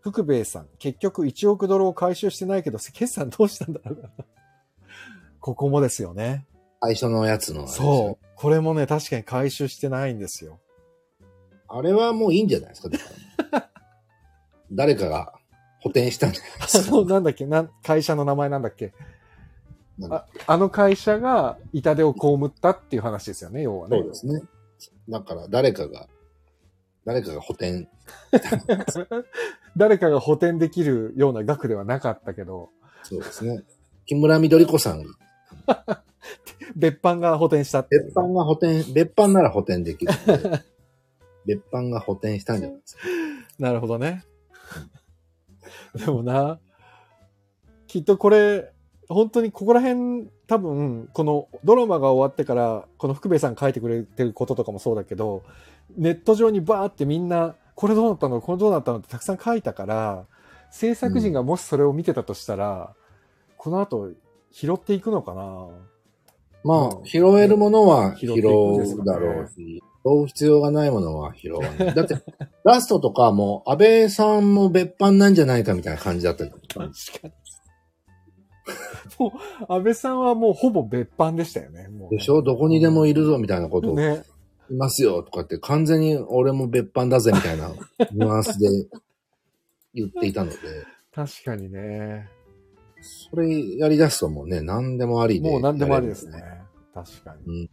Speaker 1: 福兵衛さん、結局1億ドルを回収してないけど、決算どうしたんだろうな ここもですよね。
Speaker 3: 最初のやつのあれですよ
Speaker 1: そう。これもね、確かに回収してないんですよ。
Speaker 3: あれはもういいんじゃないですか、だから誰かが補填したんじゃ ないです
Speaker 1: あの、
Speaker 3: か。
Speaker 1: なんだっけなん会社の名前なんだっけ
Speaker 3: なん
Speaker 1: あ
Speaker 3: か
Speaker 1: あの会社が痛手を被ったっていう話ですよね、要はね。
Speaker 3: そうですね。だから、誰かが、誰かが補填。
Speaker 1: 誰かが補填できるような額ではなかったけど、
Speaker 3: そうですね。木村緑子さん、
Speaker 1: 別班が補填したっていうね、
Speaker 3: 別班が補填、別班なら補填できるん で。別班が補填したんじゃないですか。
Speaker 1: なるほどね。 でもな、きっとこれ、本当にここら辺、多分、このドラマが終わってから、この福部さん書いてくれてることとかもそうだけど、ネット上にバーってみんな、これどうなったのこれどうなったのってたくさん書いたから、制作陣がもしそれを見てたとしたら、この後拾っていくのかな
Speaker 3: ま
Speaker 1: う
Speaker 3: あ、
Speaker 1: ん
Speaker 3: 拾えるものは
Speaker 1: 拾
Speaker 3: 拾
Speaker 1: っていくんですかね
Speaker 3: うだろうし、拾う必要がないものは拾わない。だ って、ラストとかも、安倍さんも別班なんじゃないかみたいな感じだったりとか。
Speaker 1: 確かに。もう、安倍さんはもうほぼ別班でしたよね。もうね
Speaker 3: でしょどこにでもいるぞみたいなことを、
Speaker 1: ね。
Speaker 3: いますよとかって、完全に俺も別班だぜみたいなニュアンスで言っていたので、
Speaker 1: 確かにね。
Speaker 3: それやり出すともうね、何でもありで。
Speaker 1: もう何でもありですね。。確かに。
Speaker 3: うん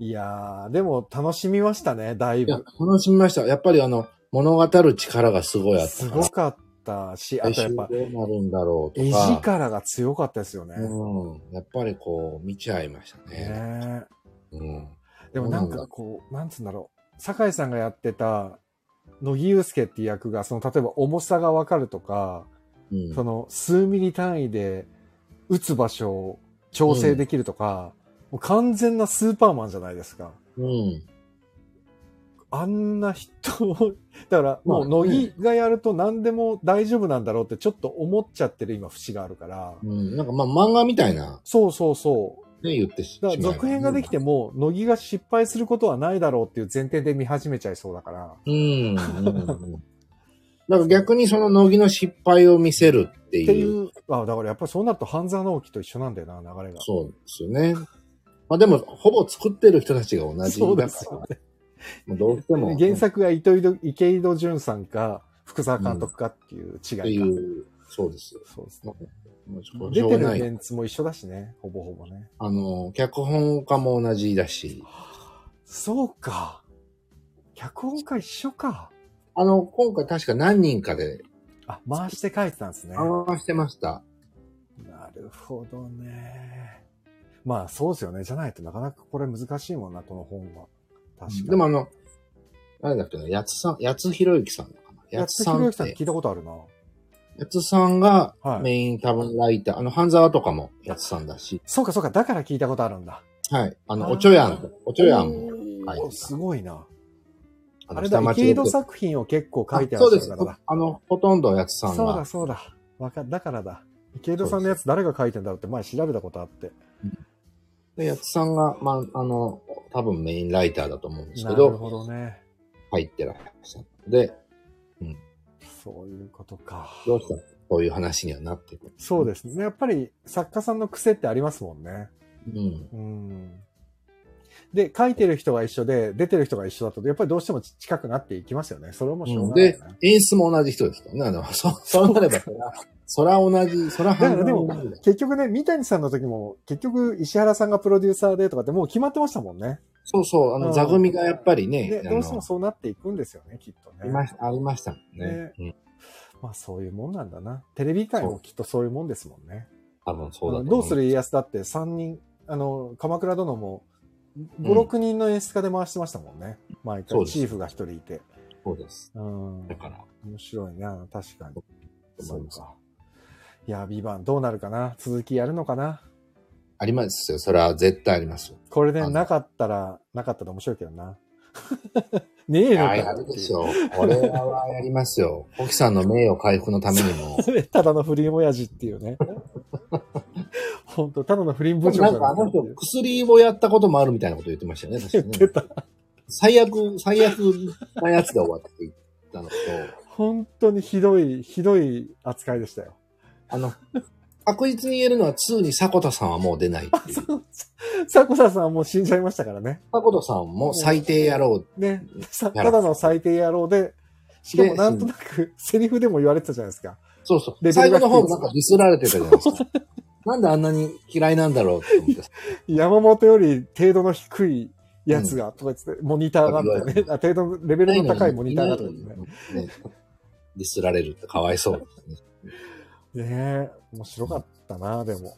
Speaker 1: いやー、でも楽しみましたね、だい
Speaker 3: いや
Speaker 1: ぶ。、
Speaker 3: 楽しみました。やっぱりあの、物語る力がすごいあった
Speaker 1: す
Speaker 3: から。
Speaker 1: ごかったし、あ
Speaker 3: 来
Speaker 1: とやっ
Speaker 3: 週
Speaker 1: ぱ、
Speaker 3: どうなるんだろう
Speaker 1: 絵
Speaker 3: とか。
Speaker 1: 力が強かったですよね。
Speaker 3: うん。やっぱりこう、見ちゃいましたね。
Speaker 1: ね
Speaker 3: うん。
Speaker 1: でもなんかこう、なんつうんだろう。酒井さんがやってた、乃木祐介っていう役が、その、例えば重さがわかるとか、
Speaker 3: うん
Speaker 1: その、数ミリ単位で打つ場所を調整できるとか、もう完全なスーパーマンじゃないですか。
Speaker 3: うん。
Speaker 1: あんな人を、だからもう
Speaker 3: まあ
Speaker 1: 乃木がやると何でも大丈夫なんだろうってちょっと思っちゃってる今節があるから。
Speaker 3: うん。なんかまあ漫画みたいな、
Speaker 1: そうそうそう。
Speaker 3: ね、言ってし
Speaker 1: だから続編ができて。も乃木が失敗することはないだろうっていう前提で見始めちゃいそうだから。
Speaker 3: うん。うんうんなんか逆にその乃木の失敗を見せるって
Speaker 1: って
Speaker 3: い
Speaker 1: い
Speaker 3: う。
Speaker 1: う、あだからやっぱりそうなると半沢直樹と一緒なんだよな、流れが。
Speaker 3: そうですよね。まあでも、ほぼ作ってる人たちが同じだ
Speaker 1: そう
Speaker 3: か
Speaker 1: で
Speaker 3: ら、
Speaker 1: すよ
Speaker 3: もうどうしても。
Speaker 1: ね。原作が糸井戸池井戸潤さんか福沢監督かっていう違い
Speaker 3: って
Speaker 1: が。
Speaker 3: いう、そうですよ。
Speaker 1: そうですね。
Speaker 3: もうしょう
Speaker 1: 出てる
Speaker 3: がない
Speaker 1: メンツも一緒だしね、ほぼほぼね。
Speaker 3: あの、脚本家も同じだし、
Speaker 1: そうか。脚本家一緒か。
Speaker 3: あの、今回確か何人かで
Speaker 1: あ、回して書いてたんですね。
Speaker 3: 回してました。
Speaker 1: なるほどね。まあそうですよね。じゃないとなかなかこれ難しいもんな、この本は。確かに。
Speaker 3: でもあの、誰だっけな、やつさん、やつひろゆきさんだかな。や
Speaker 1: や
Speaker 3: つ
Speaker 1: つ
Speaker 3: さ
Speaker 1: ひろ
Speaker 3: ん
Speaker 1: ゆ
Speaker 3: っ
Speaker 1: きさん
Speaker 3: て、
Speaker 1: 聞いたことあるな。
Speaker 3: やつさんが
Speaker 1: はい
Speaker 3: メイン多分ライター、あの、半沢とかもやつさんだし、
Speaker 1: そうかそうか、だから聞いたことあるんだ。
Speaker 3: はい。あ
Speaker 1: あ
Speaker 3: の、
Speaker 1: ー
Speaker 3: おちょやんと、おちょやんも、はい
Speaker 1: おすごいな。
Speaker 3: あ
Speaker 1: あ
Speaker 3: の
Speaker 1: れだ、
Speaker 3: 下町
Speaker 1: 池井戸
Speaker 3: で
Speaker 1: 作品を結構書いて
Speaker 3: あ
Speaker 1: ら
Speaker 3: そ
Speaker 1: っ
Speaker 3: う
Speaker 1: し
Speaker 3: で
Speaker 1: ゃるか
Speaker 3: す
Speaker 1: らだ。。
Speaker 3: あの、ほとんどやつさん
Speaker 1: そうだ
Speaker 3: が、
Speaker 1: そうだ。わか、だからだ。池井戸さんのやつ誰が書いてんだろうって前調べたことあって。
Speaker 3: でやつさんが、まあ、あの、多分メインライターだと思うんです
Speaker 1: な
Speaker 3: け
Speaker 1: る
Speaker 3: ど、
Speaker 1: ほどね。
Speaker 3: 入ってらっしゃったので、
Speaker 1: そういうことか。
Speaker 3: どうしてもそういう話にはなってくる。
Speaker 1: そうですね。やっぱり作家さんの癖ってありますもんね。
Speaker 3: うん。
Speaker 1: うん。で、書いてる人が一緒で、出てる人が一緒だと、やっぱりどうしても近くなっていきますよね。それはもうしょうがない
Speaker 3: で
Speaker 1: よね。、
Speaker 3: 演出も同じ人ですからね。あの、そ、そうなれば、そら、そら同じ、そら
Speaker 1: だから
Speaker 3: 半
Speaker 1: で
Speaker 3: 分
Speaker 1: も
Speaker 3: になるよ、
Speaker 1: 結局ね、三谷さんの時も、結局、石原さんがプロデューサーでとかってもう決まってましたもんね。
Speaker 3: そうそう、あ
Speaker 1: う
Speaker 3: の、
Speaker 1: ん
Speaker 3: 座組がやっぱりね
Speaker 1: で、、
Speaker 3: あ
Speaker 1: ど
Speaker 3: の
Speaker 1: うしてもそうなっていくんですよね、きっと
Speaker 3: あり
Speaker 1: ね。
Speaker 3: ましたありましたもんね。うん
Speaker 1: まあそういうもんなんだな。テレビ界もきっとそういうもんですもんね。
Speaker 3: 多分そうだ
Speaker 1: あ
Speaker 3: と
Speaker 1: の
Speaker 3: 思
Speaker 1: どうする家康だって3人、あの、鎌倉殿も5、
Speaker 3: うん
Speaker 1: 6人の演出家で回してましたもんね。毎
Speaker 3: そう
Speaker 1: 回、
Speaker 3: です
Speaker 1: チーフが1人いて。
Speaker 3: そうです。
Speaker 1: うん
Speaker 3: だ。から、
Speaker 1: 面白いな、確かに。
Speaker 3: そ
Speaker 1: そうう
Speaker 3: です
Speaker 1: か。いや、ビバンどうなるかな続きやるのかな
Speaker 3: ありますよ。それは絶対ありますよ。
Speaker 1: これで
Speaker 3: あの
Speaker 1: なかったら、なかったら面白いけどな。 ねえの
Speaker 3: いや、
Speaker 1: か
Speaker 3: や
Speaker 1: よ
Speaker 3: るでしょう。これはやりますよ。沖さんの名誉回復のために も。
Speaker 1: ただの不倫親父っていうね。 本当ただの不倫部長
Speaker 3: なんかあ
Speaker 1: な
Speaker 3: の
Speaker 1: いか
Speaker 3: 人
Speaker 1: っていう、
Speaker 3: 薬をやったこともあるみたいなこと言ってましたよね、確か
Speaker 1: 言っ
Speaker 3: に
Speaker 1: て
Speaker 3: ね。
Speaker 1: た。
Speaker 3: 最悪、最悪なやつが終わっていったのと、
Speaker 1: 本当にひどい、ひどい扱いでしたよ。
Speaker 3: あの、確実に言えるのは2に迫田さんはもう出ないっていう。
Speaker 1: さこささんはもう死んじゃいましたからね。
Speaker 3: 迫田さんも最低野郎。
Speaker 1: ね。さ
Speaker 3: な
Speaker 1: た
Speaker 3: るほど
Speaker 1: だの最低野郎で、しかも
Speaker 3: で
Speaker 1: なんとなく、セリフでも言われてたじゃないですか。
Speaker 3: そうそ
Speaker 1: レ
Speaker 3: う。
Speaker 1: ベル
Speaker 3: 最
Speaker 1: が
Speaker 3: 後
Speaker 1: 低い
Speaker 3: の方もなんかディスられてたじゃないですか。 なんであんなに嫌いなんだろうって思って。
Speaker 1: 山本より程度の低いやつが、とか言って、モニターがあってね、あ程度のレベルの高いモニターがとか言ってね。
Speaker 3: ねディスられるってかわいそうですね。
Speaker 1: ねえ、面白かったな、でも。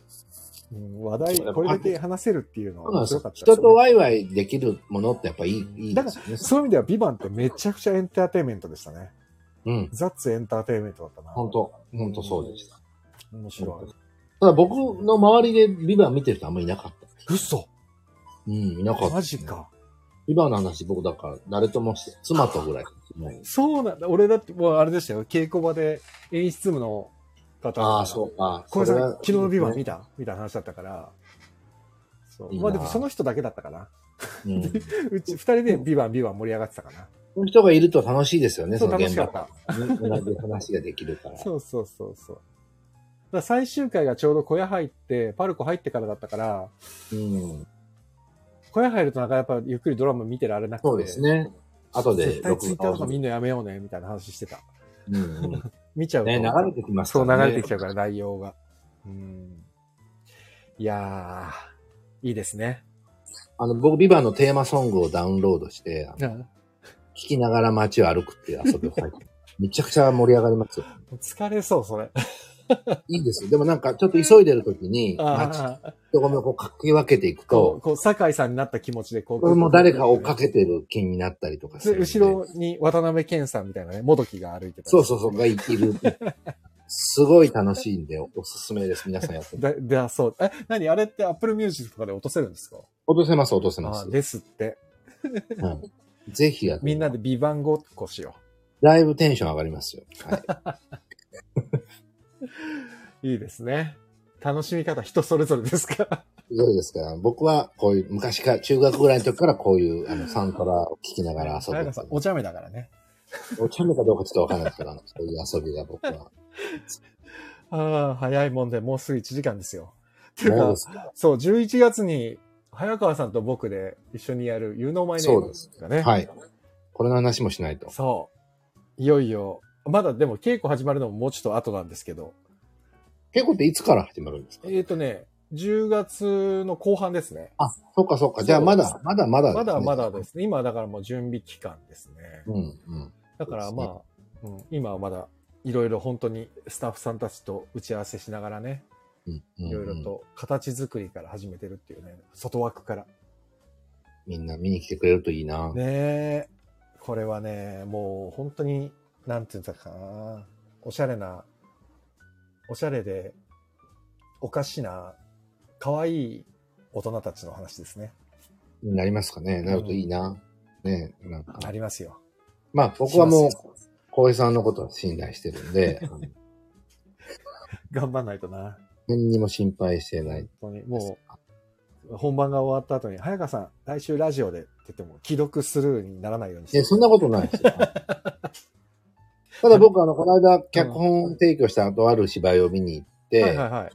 Speaker 1: うん、話題、これだけ話せるっていうの
Speaker 3: そ
Speaker 1: は
Speaker 3: うな
Speaker 1: 面
Speaker 3: んです
Speaker 1: 白か
Speaker 3: よ
Speaker 1: ったですね
Speaker 3: 人とワイワイできるものってやっぱいい、いいですよね。
Speaker 1: そういう意味では、ビバンってめちゃくちゃエンターテインメントでしたね。
Speaker 3: うん。
Speaker 1: ザッツエンターテインメントだったな。
Speaker 3: 本当本当そうでした。
Speaker 1: 面白い。
Speaker 3: ただ僕の周りでビバン見てる人あんまいなかった。
Speaker 1: 嘘
Speaker 3: うん、いなかった、
Speaker 1: マジ。か。
Speaker 3: ビバンの話僕だから誰ともして、妻とぐらい。もう
Speaker 1: そうなんだ。俺だって、もうあれでしたよ。稽古場で演出部の方
Speaker 3: ああ、そうか。
Speaker 1: 小林さん、昨日のビバン
Speaker 3: ね
Speaker 1: 見たみたいな話だったから。そう
Speaker 3: いいな
Speaker 1: まあでもその人だけだったかな。
Speaker 3: うん。
Speaker 1: うち二人でビバンビバン盛り上がってたかな。
Speaker 3: その人がいると楽しいですよね、
Speaker 1: そ、
Speaker 3: そうの
Speaker 1: 楽し
Speaker 3: 現
Speaker 1: か
Speaker 3: 場
Speaker 1: っ。た。
Speaker 3: ね同じ話ができるから。
Speaker 1: そうそうそうそう。だから最終回がちょうど小屋入って、パルコ入ってからだったから、
Speaker 3: うん。
Speaker 1: 小屋入るとなんかやっぱゆっくりドラマ見てられなくて。
Speaker 3: そうですね。後で
Speaker 1: 絶対ツイッターとか見んのやめようね、みたいな話してた。
Speaker 3: うんうん
Speaker 1: 見ちゃうと。
Speaker 3: ね、流れてきます
Speaker 1: そう、流れてきちゃ
Speaker 3: う。
Speaker 1: うから、内容が。うん。いやー、いいですね。
Speaker 3: あの、僕、ビバのテーマソングをダウンロードして、あの聴きながら街を歩くっていう遊びを 入って、めちゃくちゃ盛り上がりますよ。
Speaker 1: 疲れそう、それ。
Speaker 3: いいですよ。でもなんか、ちょっと急いでる時に、街
Speaker 1: ああ、
Speaker 3: とゴミをこう、かき分けていく
Speaker 1: ことう、、こう、酒井さんになった気持ちで、こう。
Speaker 3: これも誰かを追っかけてる気になったりとかす
Speaker 1: で
Speaker 3: るんで。
Speaker 1: 後ろに渡辺謙さんみたいなね、もどきが歩いてたり
Speaker 3: そうそうそう、がいいる。すごい楽しいんで、おすすめです。皆さんや って。
Speaker 1: だ、だ、そう。え、何あれって Apple Music とかで落とせるんですか
Speaker 3: 落とせます、落とせま
Speaker 1: あ
Speaker 3: す。
Speaker 1: ですって。
Speaker 3: はいぜひやって。
Speaker 1: みんなでビバンごっこしよ
Speaker 3: だいぶテンション上がりますよ。はい。
Speaker 1: う。いいですね。楽しみ方人それぞれですから。
Speaker 3: そうですから、僕はこういう、昔から、中学ぐらいの時からこういう、あの、サントラを聴きながら遊ぶ
Speaker 1: なんかさ、お茶目だからね。
Speaker 3: おちゃめかどうかちょっとわかんないですけど、そういう遊びが 僕は。も
Speaker 1: ああ、早いもんで、もうすぐ1時間ですよ。ていう
Speaker 3: う
Speaker 1: か
Speaker 3: で、すか
Speaker 1: そう、11月に、早川さんと僕で一緒にやる、You Know My
Speaker 3: そう
Speaker 1: Name
Speaker 3: です
Speaker 1: がね。
Speaker 3: はい。これの話もしないと。
Speaker 1: そう。いよいよ、まだでも稽古始まるのももうちょっと後なんですけど、
Speaker 3: 結構っていつから始まるんですか
Speaker 1: えっ、とね、10月の後半ですね。
Speaker 3: あ、そっかそっか。じゃあま
Speaker 1: そう
Speaker 3: だ、まだまだ、
Speaker 1: まだまだで。すね。今だからもう準備期間ですね。
Speaker 3: うん、うん。
Speaker 1: だからまあ、うん、今はまだいろいろ本当にスタッフさんたちと打ち合わせしながらね、
Speaker 3: うんうん
Speaker 1: いろいろと形作りから始めてるっていうね、外枠から。
Speaker 3: みんな見に来てくれるといいな。
Speaker 1: ねえ、これはね、もう本当に、なんていうんだかな、おしゃれな、おしゃれで、おかしな、可愛い大人たちの話ですね。
Speaker 3: になりますかね。なるといいな。ねなんか。
Speaker 1: ありますよ。
Speaker 3: まあ僕はもう
Speaker 1: しま、
Speaker 3: 浩平さんのことは信頼してるん で、あの
Speaker 1: 頑張んないとな。
Speaker 3: 何にも心配してない
Speaker 1: 本。当に、もう、本番が終わった後に、早川さん、来週ラジオでって言っても、既読スルーにならないようにして。
Speaker 3: え、そんなことないですよ。ただ僕、あの、この間、脚本提供した後ある芝居を見に行って、
Speaker 1: はいはいはい。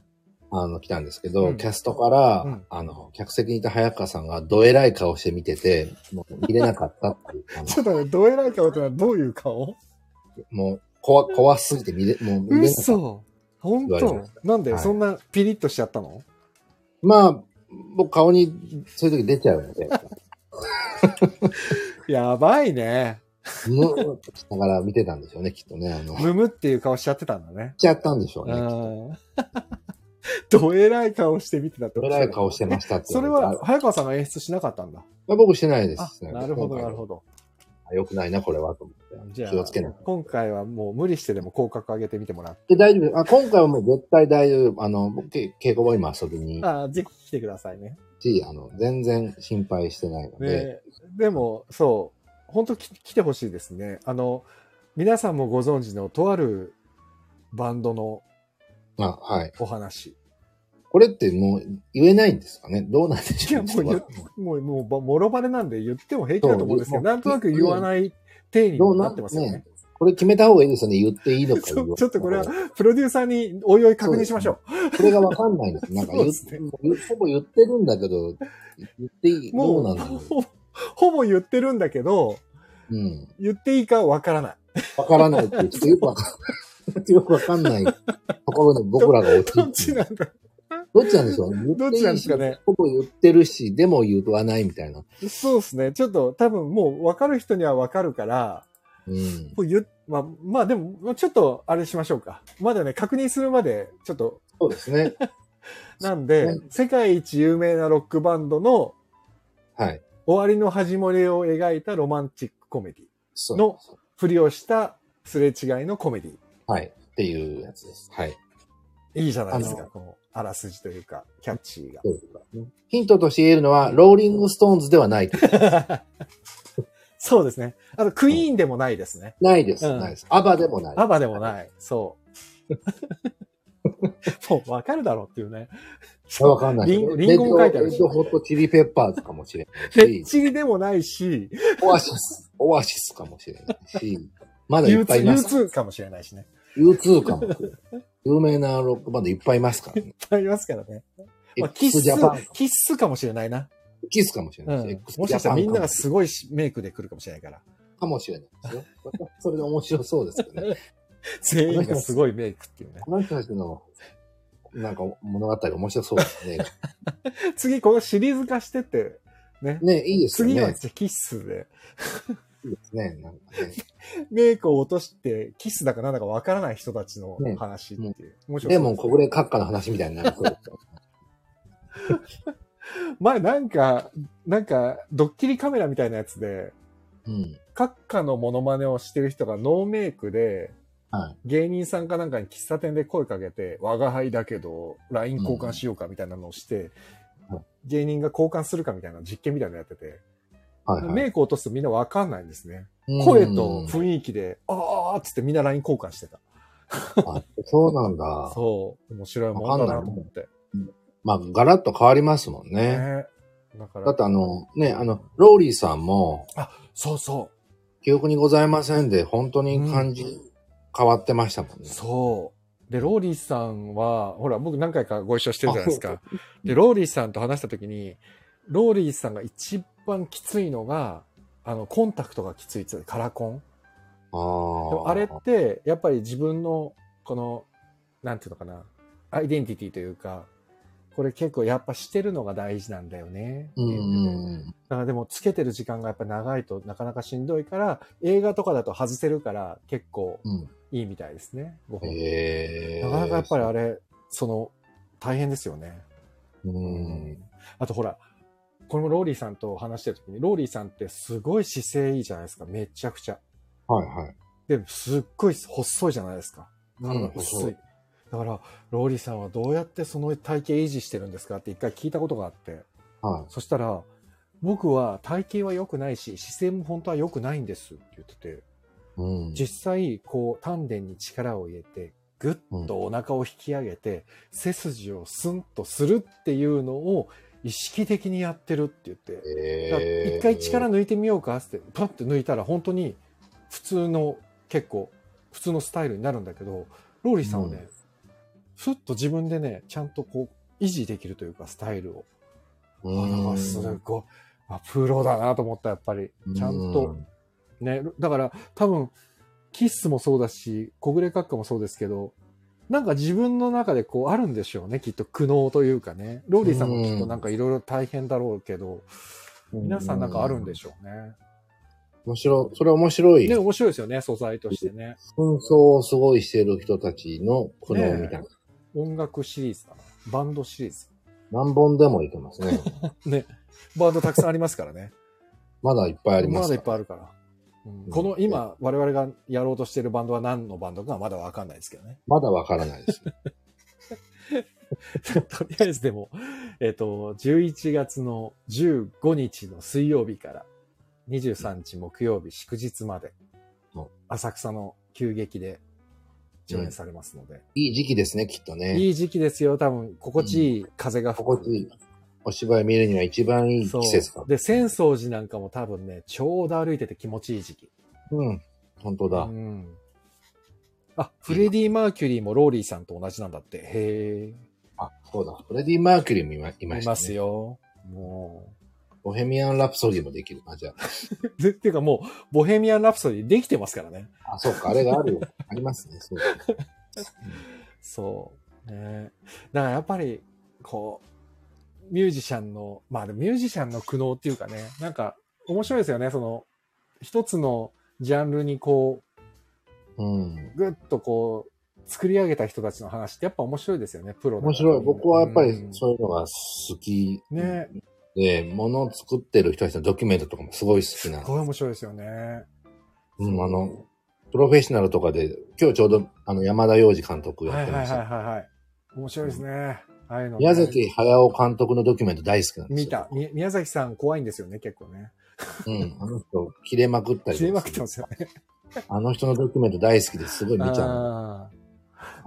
Speaker 3: あの、来たんですけど、
Speaker 1: うん
Speaker 3: キャストから、
Speaker 1: うん
Speaker 3: あの、客席にいた早川さんがどえらい顔して見てて、 もう見れなかったっていう、あの
Speaker 1: ちょっとね、どえらい顔ってのはどういう顔
Speaker 3: もう怖、怖すぎて見れ、もう見れなかった。
Speaker 1: 嘘本
Speaker 3: 言われ
Speaker 1: 当
Speaker 3: まし
Speaker 1: なんで、
Speaker 3: はい
Speaker 1: そんなピリッとしちゃったの
Speaker 3: まあ、僕顔に、そういう時出ちゃうので、
Speaker 1: やばいね。
Speaker 3: ムーっとしながら見てたんでしょうね、きっとね。あの、見
Speaker 1: むむっていう顔しちゃってたんだね。
Speaker 3: ちゃったんでしょうね。
Speaker 1: うん。どえらい顔して見てたって
Speaker 3: ど
Speaker 1: こ
Speaker 3: え
Speaker 1: と
Speaker 3: らい顔してましたって
Speaker 1: それ
Speaker 3: 言われて
Speaker 1: は、早川さんが演出しなかったんだ。
Speaker 3: あ僕してないで
Speaker 1: あ
Speaker 3: す。、
Speaker 1: なるほど、なる
Speaker 3: ど。
Speaker 1: ほど。
Speaker 3: 良くないな、これは、と思って。
Speaker 1: じゃあ
Speaker 3: 気をつけない。、
Speaker 1: 今回はもう無理してでも広角上げてみてもらって。
Speaker 3: で、大丈夫です。あ、今回はもう絶対大丈夫。あの、僕、け稽古場今遊びに行っ
Speaker 1: あぜひ来てくださいね。
Speaker 3: て、あの、全然心配してないので、
Speaker 1: ね、でも、そう、本当き来てほしいですね。あの、皆さんもご存知のとあるバンドの
Speaker 3: まあ、はい。
Speaker 1: お話。
Speaker 3: これってもう言えないんですかねどうなんで
Speaker 1: い
Speaker 3: しょ
Speaker 1: や、
Speaker 3: う
Speaker 1: もう言っ、もう、もう、もろバレなんで言っても平気だと思うんですけど、
Speaker 3: そう
Speaker 1: なんとなく言わない体に
Speaker 3: どう
Speaker 1: な
Speaker 3: な
Speaker 1: っ
Speaker 3: ってて
Speaker 1: ま
Speaker 3: ますす
Speaker 1: よ
Speaker 3: よ
Speaker 1: ね
Speaker 3: ね。。これ決めた方がいいですよね。言っていいのか
Speaker 1: そう
Speaker 3: 言わ
Speaker 1: ちょっとこれはプロデューサーにおいおい確認しましょ
Speaker 3: これがわかんないんです。なんか言
Speaker 1: そ
Speaker 3: っ
Speaker 1: うですね
Speaker 3: 言っほぼ言ってるんだけど、言っていい、
Speaker 1: う。も
Speaker 3: ど
Speaker 1: う
Speaker 3: うなんだろう。
Speaker 1: ほほぼ言ってるんだけど、
Speaker 3: うん。
Speaker 1: 言っていいかわからない。
Speaker 3: わからないっていう、ちょっとよくわかんない。よ くわかんないところに僕らが落ち
Speaker 1: どっちなんだ
Speaker 3: どっちなんで しょうね。
Speaker 1: どっちなんですかね。
Speaker 3: ほぼ言ってるし、でも言わないみたいな。
Speaker 1: そうですね。ちょっと多分もうわかる人にはわかるから、
Speaker 3: うん。
Speaker 1: もう言まあ、まあでも、ちょっとあれしましょうか。まだね、確認するまで、ちょっと、
Speaker 3: そうですね。
Speaker 1: なんで、
Speaker 3: はい
Speaker 1: 世界一有名なロックバンドの
Speaker 3: はい。
Speaker 1: 終わりの始まりを描いたロマンチックコメディ。
Speaker 3: そう
Speaker 1: のふりをしたすれ違いのコメディ。
Speaker 3: はい。っていうやつです。はい。
Speaker 1: いいじゃないです
Speaker 3: あ
Speaker 1: か、このあらすじというか、キャッチーが。
Speaker 3: そうヒントとして言えるのは、ローリングストーンズではない。
Speaker 1: そうですね。あと、クイーンでもないですね。
Speaker 3: ないです。
Speaker 1: うん
Speaker 3: ないです。アバでもない。
Speaker 1: アバでも ない。 そう。もうわかるだろうっていうね。
Speaker 3: わかんない。
Speaker 1: リンリンゴも書いてある
Speaker 3: レッドレッドホットチリペッパーズかもしれな
Speaker 1: レ
Speaker 3: い
Speaker 1: ッ
Speaker 3: し、
Speaker 1: チリでもないし、
Speaker 3: オアシス、オアシスかもしれないし、まだいっぱいいます。
Speaker 1: U2 かもしれないしね。
Speaker 3: U2 かも。有名なロックバンドいっぱいいますからね。
Speaker 1: ありますからね。まあ、キッ
Speaker 3: x
Speaker 1: ス
Speaker 3: ジャパン、、
Speaker 1: キッスかもしれないな。
Speaker 3: キスかもしれ
Speaker 1: う
Speaker 3: ないし
Speaker 1: ん
Speaker 3: x。
Speaker 1: もしかしたらみんながす
Speaker 3: ごい
Speaker 1: ごいメイクで来るかもしれないから。
Speaker 3: かもしれないですよ。それで面白そうですよね。
Speaker 1: 全員がすごいメイク っていうね。
Speaker 3: この人たちの、なんか物語面白そうですね。
Speaker 1: 次、このシリーズ化してって、ね。
Speaker 3: ね、いいですよね。
Speaker 1: 次はキッスで、
Speaker 3: いいですね。なんかね
Speaker 1: メイクを落として、キスだかなんだかわからない人たちの
Speaker 3: ね
Speaker 1: 話っていう。面白い
Speaker 3: レモン小暮閣下の話みたいになるそ うですよ。
Speaker 1: 前なんか、なんか、ドッキリカメラみたいなやつで、
Speaker 3: うん。
Speaker 1: 閣下のモノマネをしてる人がノーメイクで、
Speaker 3: はい
Speaker 1: 芸人さんかなんかに喫茶店で声かけて、我が輩だけど、LINE 交換しようかみたいなのをして、
Speaker 3: うん
Speaker 1: 芸人が交換するかみたいな実験みたいなのやってて、
Speaker 3: はいはい。
Speaker 1: メイク落とすとみんなわかんないんですね。
Speaker 3: うん
Speaker 1: 声と雰囲気で、あーっつってみんな LINE 交換してた。
Speaker 3: あそうなんだ。
Speaker 1: そう、面白いもんだなと思って。
Speaker 3: まあ、ガラッと変わりますもんね。
Speaker 1: ねだか
Speaker 3: だ
Speaker 1: ら
Speaker 3: っ、てあの、ね、あの、ローリーさんも、
Speaker 1: そうそ
Speaker 3: 記憶にございませんで、本当に感じ変わってましたもん
Speaker 1: う、
Speaker 3: ね。
Speaker 1: そう。で、ローリーさんは、ほら、僕何回かご一緒してるじゃないです か。で、ローリーさんと話したときに、ローリーさんが一番きついのが、あの、コンタクトがきついっつってカラコン。でも
Speaker 3: ああ。
Speaker 1: あれって、やっぱり自分の、この、なんていうのかな、アイデンティティというか、これ結構やっぱしてるのが大事なんだよね。
Speaker 3: うんう
Speaker 1: って言ってて
Speaker 3: んうん。
Speaker 1: だからでもつけてる時間がやっぱ長いとなかなかしんどいから、映画とかだと外せるから結構
Speaker 3: うん。
Speaker 1: いいみたいですね。ご本人
Speaker 3: へえ。
Speaker 1: なかなかやっぱりあれ、その、大変ですよね。
Speaker 3: うん。
Speaker 1: あとほら、これもローリーさんと話してる時に、ローリーさんってすごい姿勢いいじゃないですか、めちゃくちゃ。
Speaker 3: はいはい。
Speaker 1: で、すっごい細いじゃないですか。
Speaker 3: うん
Speaker 1: 体
Speaker 3: 細
Speaker 1: 薄
Speaker 3: い
Speaker 1: い。だから、ローリーさんはどうやってその体型維持してるんですかって一回聞いたことがあって。
Speaker 3: はい。
Speaker 1: そしたら、僕は体型は良くないし、姿勢も本当は良くないんですって言ってて、
Speaker 3: うん。
Speaker 1: 実際、こう、丹田に力を入れて、ぐっとお腹を引き上げて、背筋をスンとするっていうのを意識的にやってるって言って、だから
Speaker 3: へー
Speaker 1: 一回力抜いてみようかっつって、パッて抜いたら本当に普通の、結構、普通のスタイルになるんだけど、ローリーさんはね、ふっと自分でね、ちゃんとこう、維持できるというか、スタイルを。
Speaker 3: うん
Speaker 1: あらすごい。あ、プロだなと思った、やっぱり。ちゃんと。ね、だから多分、キッスもそうだし、小暮閣下もそうですけど、なんか自分の中でこうあるんでしょうね、きっと苦悩というかね。ローリーさんもきっとなんかいろいろ大変だろうけど、
Speaker 3: う
Speaker 1: 皆さんなんかあるんでし
Speaker 3: ょ
Speaker 1: ょうね。
Speaker 3: 面白い。それ面白い。
Speaker 1: ね、面白いですよね、素材としてね。
Speaker 3: 紛争をすごいしてる人たちの苦悩みたいな。
Speaker 1: 音楽シリーズだな。バンドシリーズ。
Speaker 3: 何本でもいけます ね。
Speaker 1: バンドたくさんありますからね。
Speaker 3: まだいっぱいありま
Speaker 1: ますだいっ
Speaker 3: か
Speaker 1: ぱいあるから。うんこの今、我々がやろうとしてるバンドは何のバンドかはまだわかんないですけどね。
Speaker 3: まだわからないです。
Speaker 1: とりあえずでも、えっ、と、11月の15日の水曜日から23日木曜日祝日まで
Speaker 3: うん、
Speaker 1: 浅草の急激で上演されますので、
Speaker 3: いい時期ですね、きっとね。
Speaker 1: いい時期ですよ、多分、心地いい風が吹く。
Speaker 3: 心地いい。お芝居見るには一番いい
Speaker 1: そ
Speaker 3: 季節か
Speaker 1: う。。で、浅草寺なんかも多分ね、ちょうど歩いてて気持ちいい時期。
Speaker 3: うん。本当
Speaker 1: う
Speaker 3: だ。
Speaker 1: ん。あ、フレディ・マーキュリーもローリーさんと同じなんだって。へ
Speaker 3: あ、そうだ。フレディ・マーキュリーもいまいま
Speaker 1: え。
Speaker 3: し
Speaker 1: い
Speaker 3: た、ね。
Speaker 1: ますよ。もう。
Speaker 3: ボヘミアン・ラプソディもできるな、じゃ
Speaker 1: でっていうかもう、ボヘミアン・ラプソディできてますからね。
Speaker 3: あ。あ、そうか。あれがあるよ。ありますね。そうだ
Speaker 1: そう。ね。だからやっぱり、こう、ミュージシャンの、まあでもミュージシャンの苦悩っていうかね、なんか面白いですよね。その、一つのジャンルにこ
Speaker 3: うん。
Speaker 1: う、ぐっとこう、作り上げた人たちの話ってやっぱ面白いですよね、プロだから
Speaker 3: 面白い。僕はやっぱり
Speaker 1: うん
Speaker 3: そういうのが好き
Speaker 1: ね
Speaker 3: で、物を作ってる人たちのドキュメントとかもすごい好き
Speaker 1: す
Speaker 3: なの
Speaker 1: ごい面白いですよね。
Speaker 3: うん、あの、プロフェッショナルとかで、今日ちょうど、あの、山田洋次監督
Speaker 1: は
Speaker 3: やっ
Speaker 1: い
Speaker 3: て
Speaker 1: は
Speaker 3: ま
Speaker 1: いはい
Speaker 3: した。
Speaker 1: はいはい。面白いですね。ああいうのね
Speaker 3: 宮崎駿監督のドキュメント大好きなんですよ。
Speaker 1: 見た。。み宮崎さん怖いんですよね、結構ね。
Speaker 3: うん、あの人、切れまくったり。
Speaker 1: 知りまくってますよね。
Speaker 3: あの人のドキュメント大好きですごい見ちゃう。
Speaker 1: あ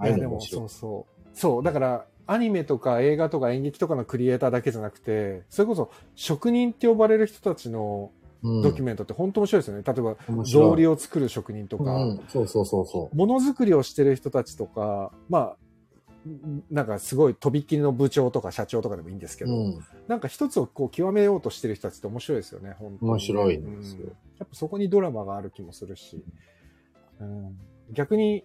Speaker 1: ーい
Speaker 3: ああい
Speaker 1: や
Speaker 3: う
Speaker 1: で
Speaker 3: の
Speaker 1: も
Speaker 3: 面
Speaker 1: そ
Speaker 3: 白いう
Speaker 1: そうそうだからアニメとか映画とか演劇とかのクリエイターだけじゃなくてそれこそ職人って呼ばれる人たちの
Speaker 3: うん。
Speaker 1: ドキュメントって本当面白いですよね、例えば
Speaker 3: 面白い
Speaker 1: 草履を作る職人とか、
Speaker 3: うん、そうそうそうそ
Speaker 1: ものづくりをしてる人たちとかまあなんかすごいとびっきりの部長とか社長とかでもいいんですけ
Speaker 3: う。
Speaker 1: ど、
Speaker 3: うん。
Speaker 1: なんか一つをこう極めようとしてる人たちって面白いですよね、本当に
Speaker 3: 面白いんですよ
Speaker 1: うんやっぱそこにドラマがある気もするし。うん。逆に、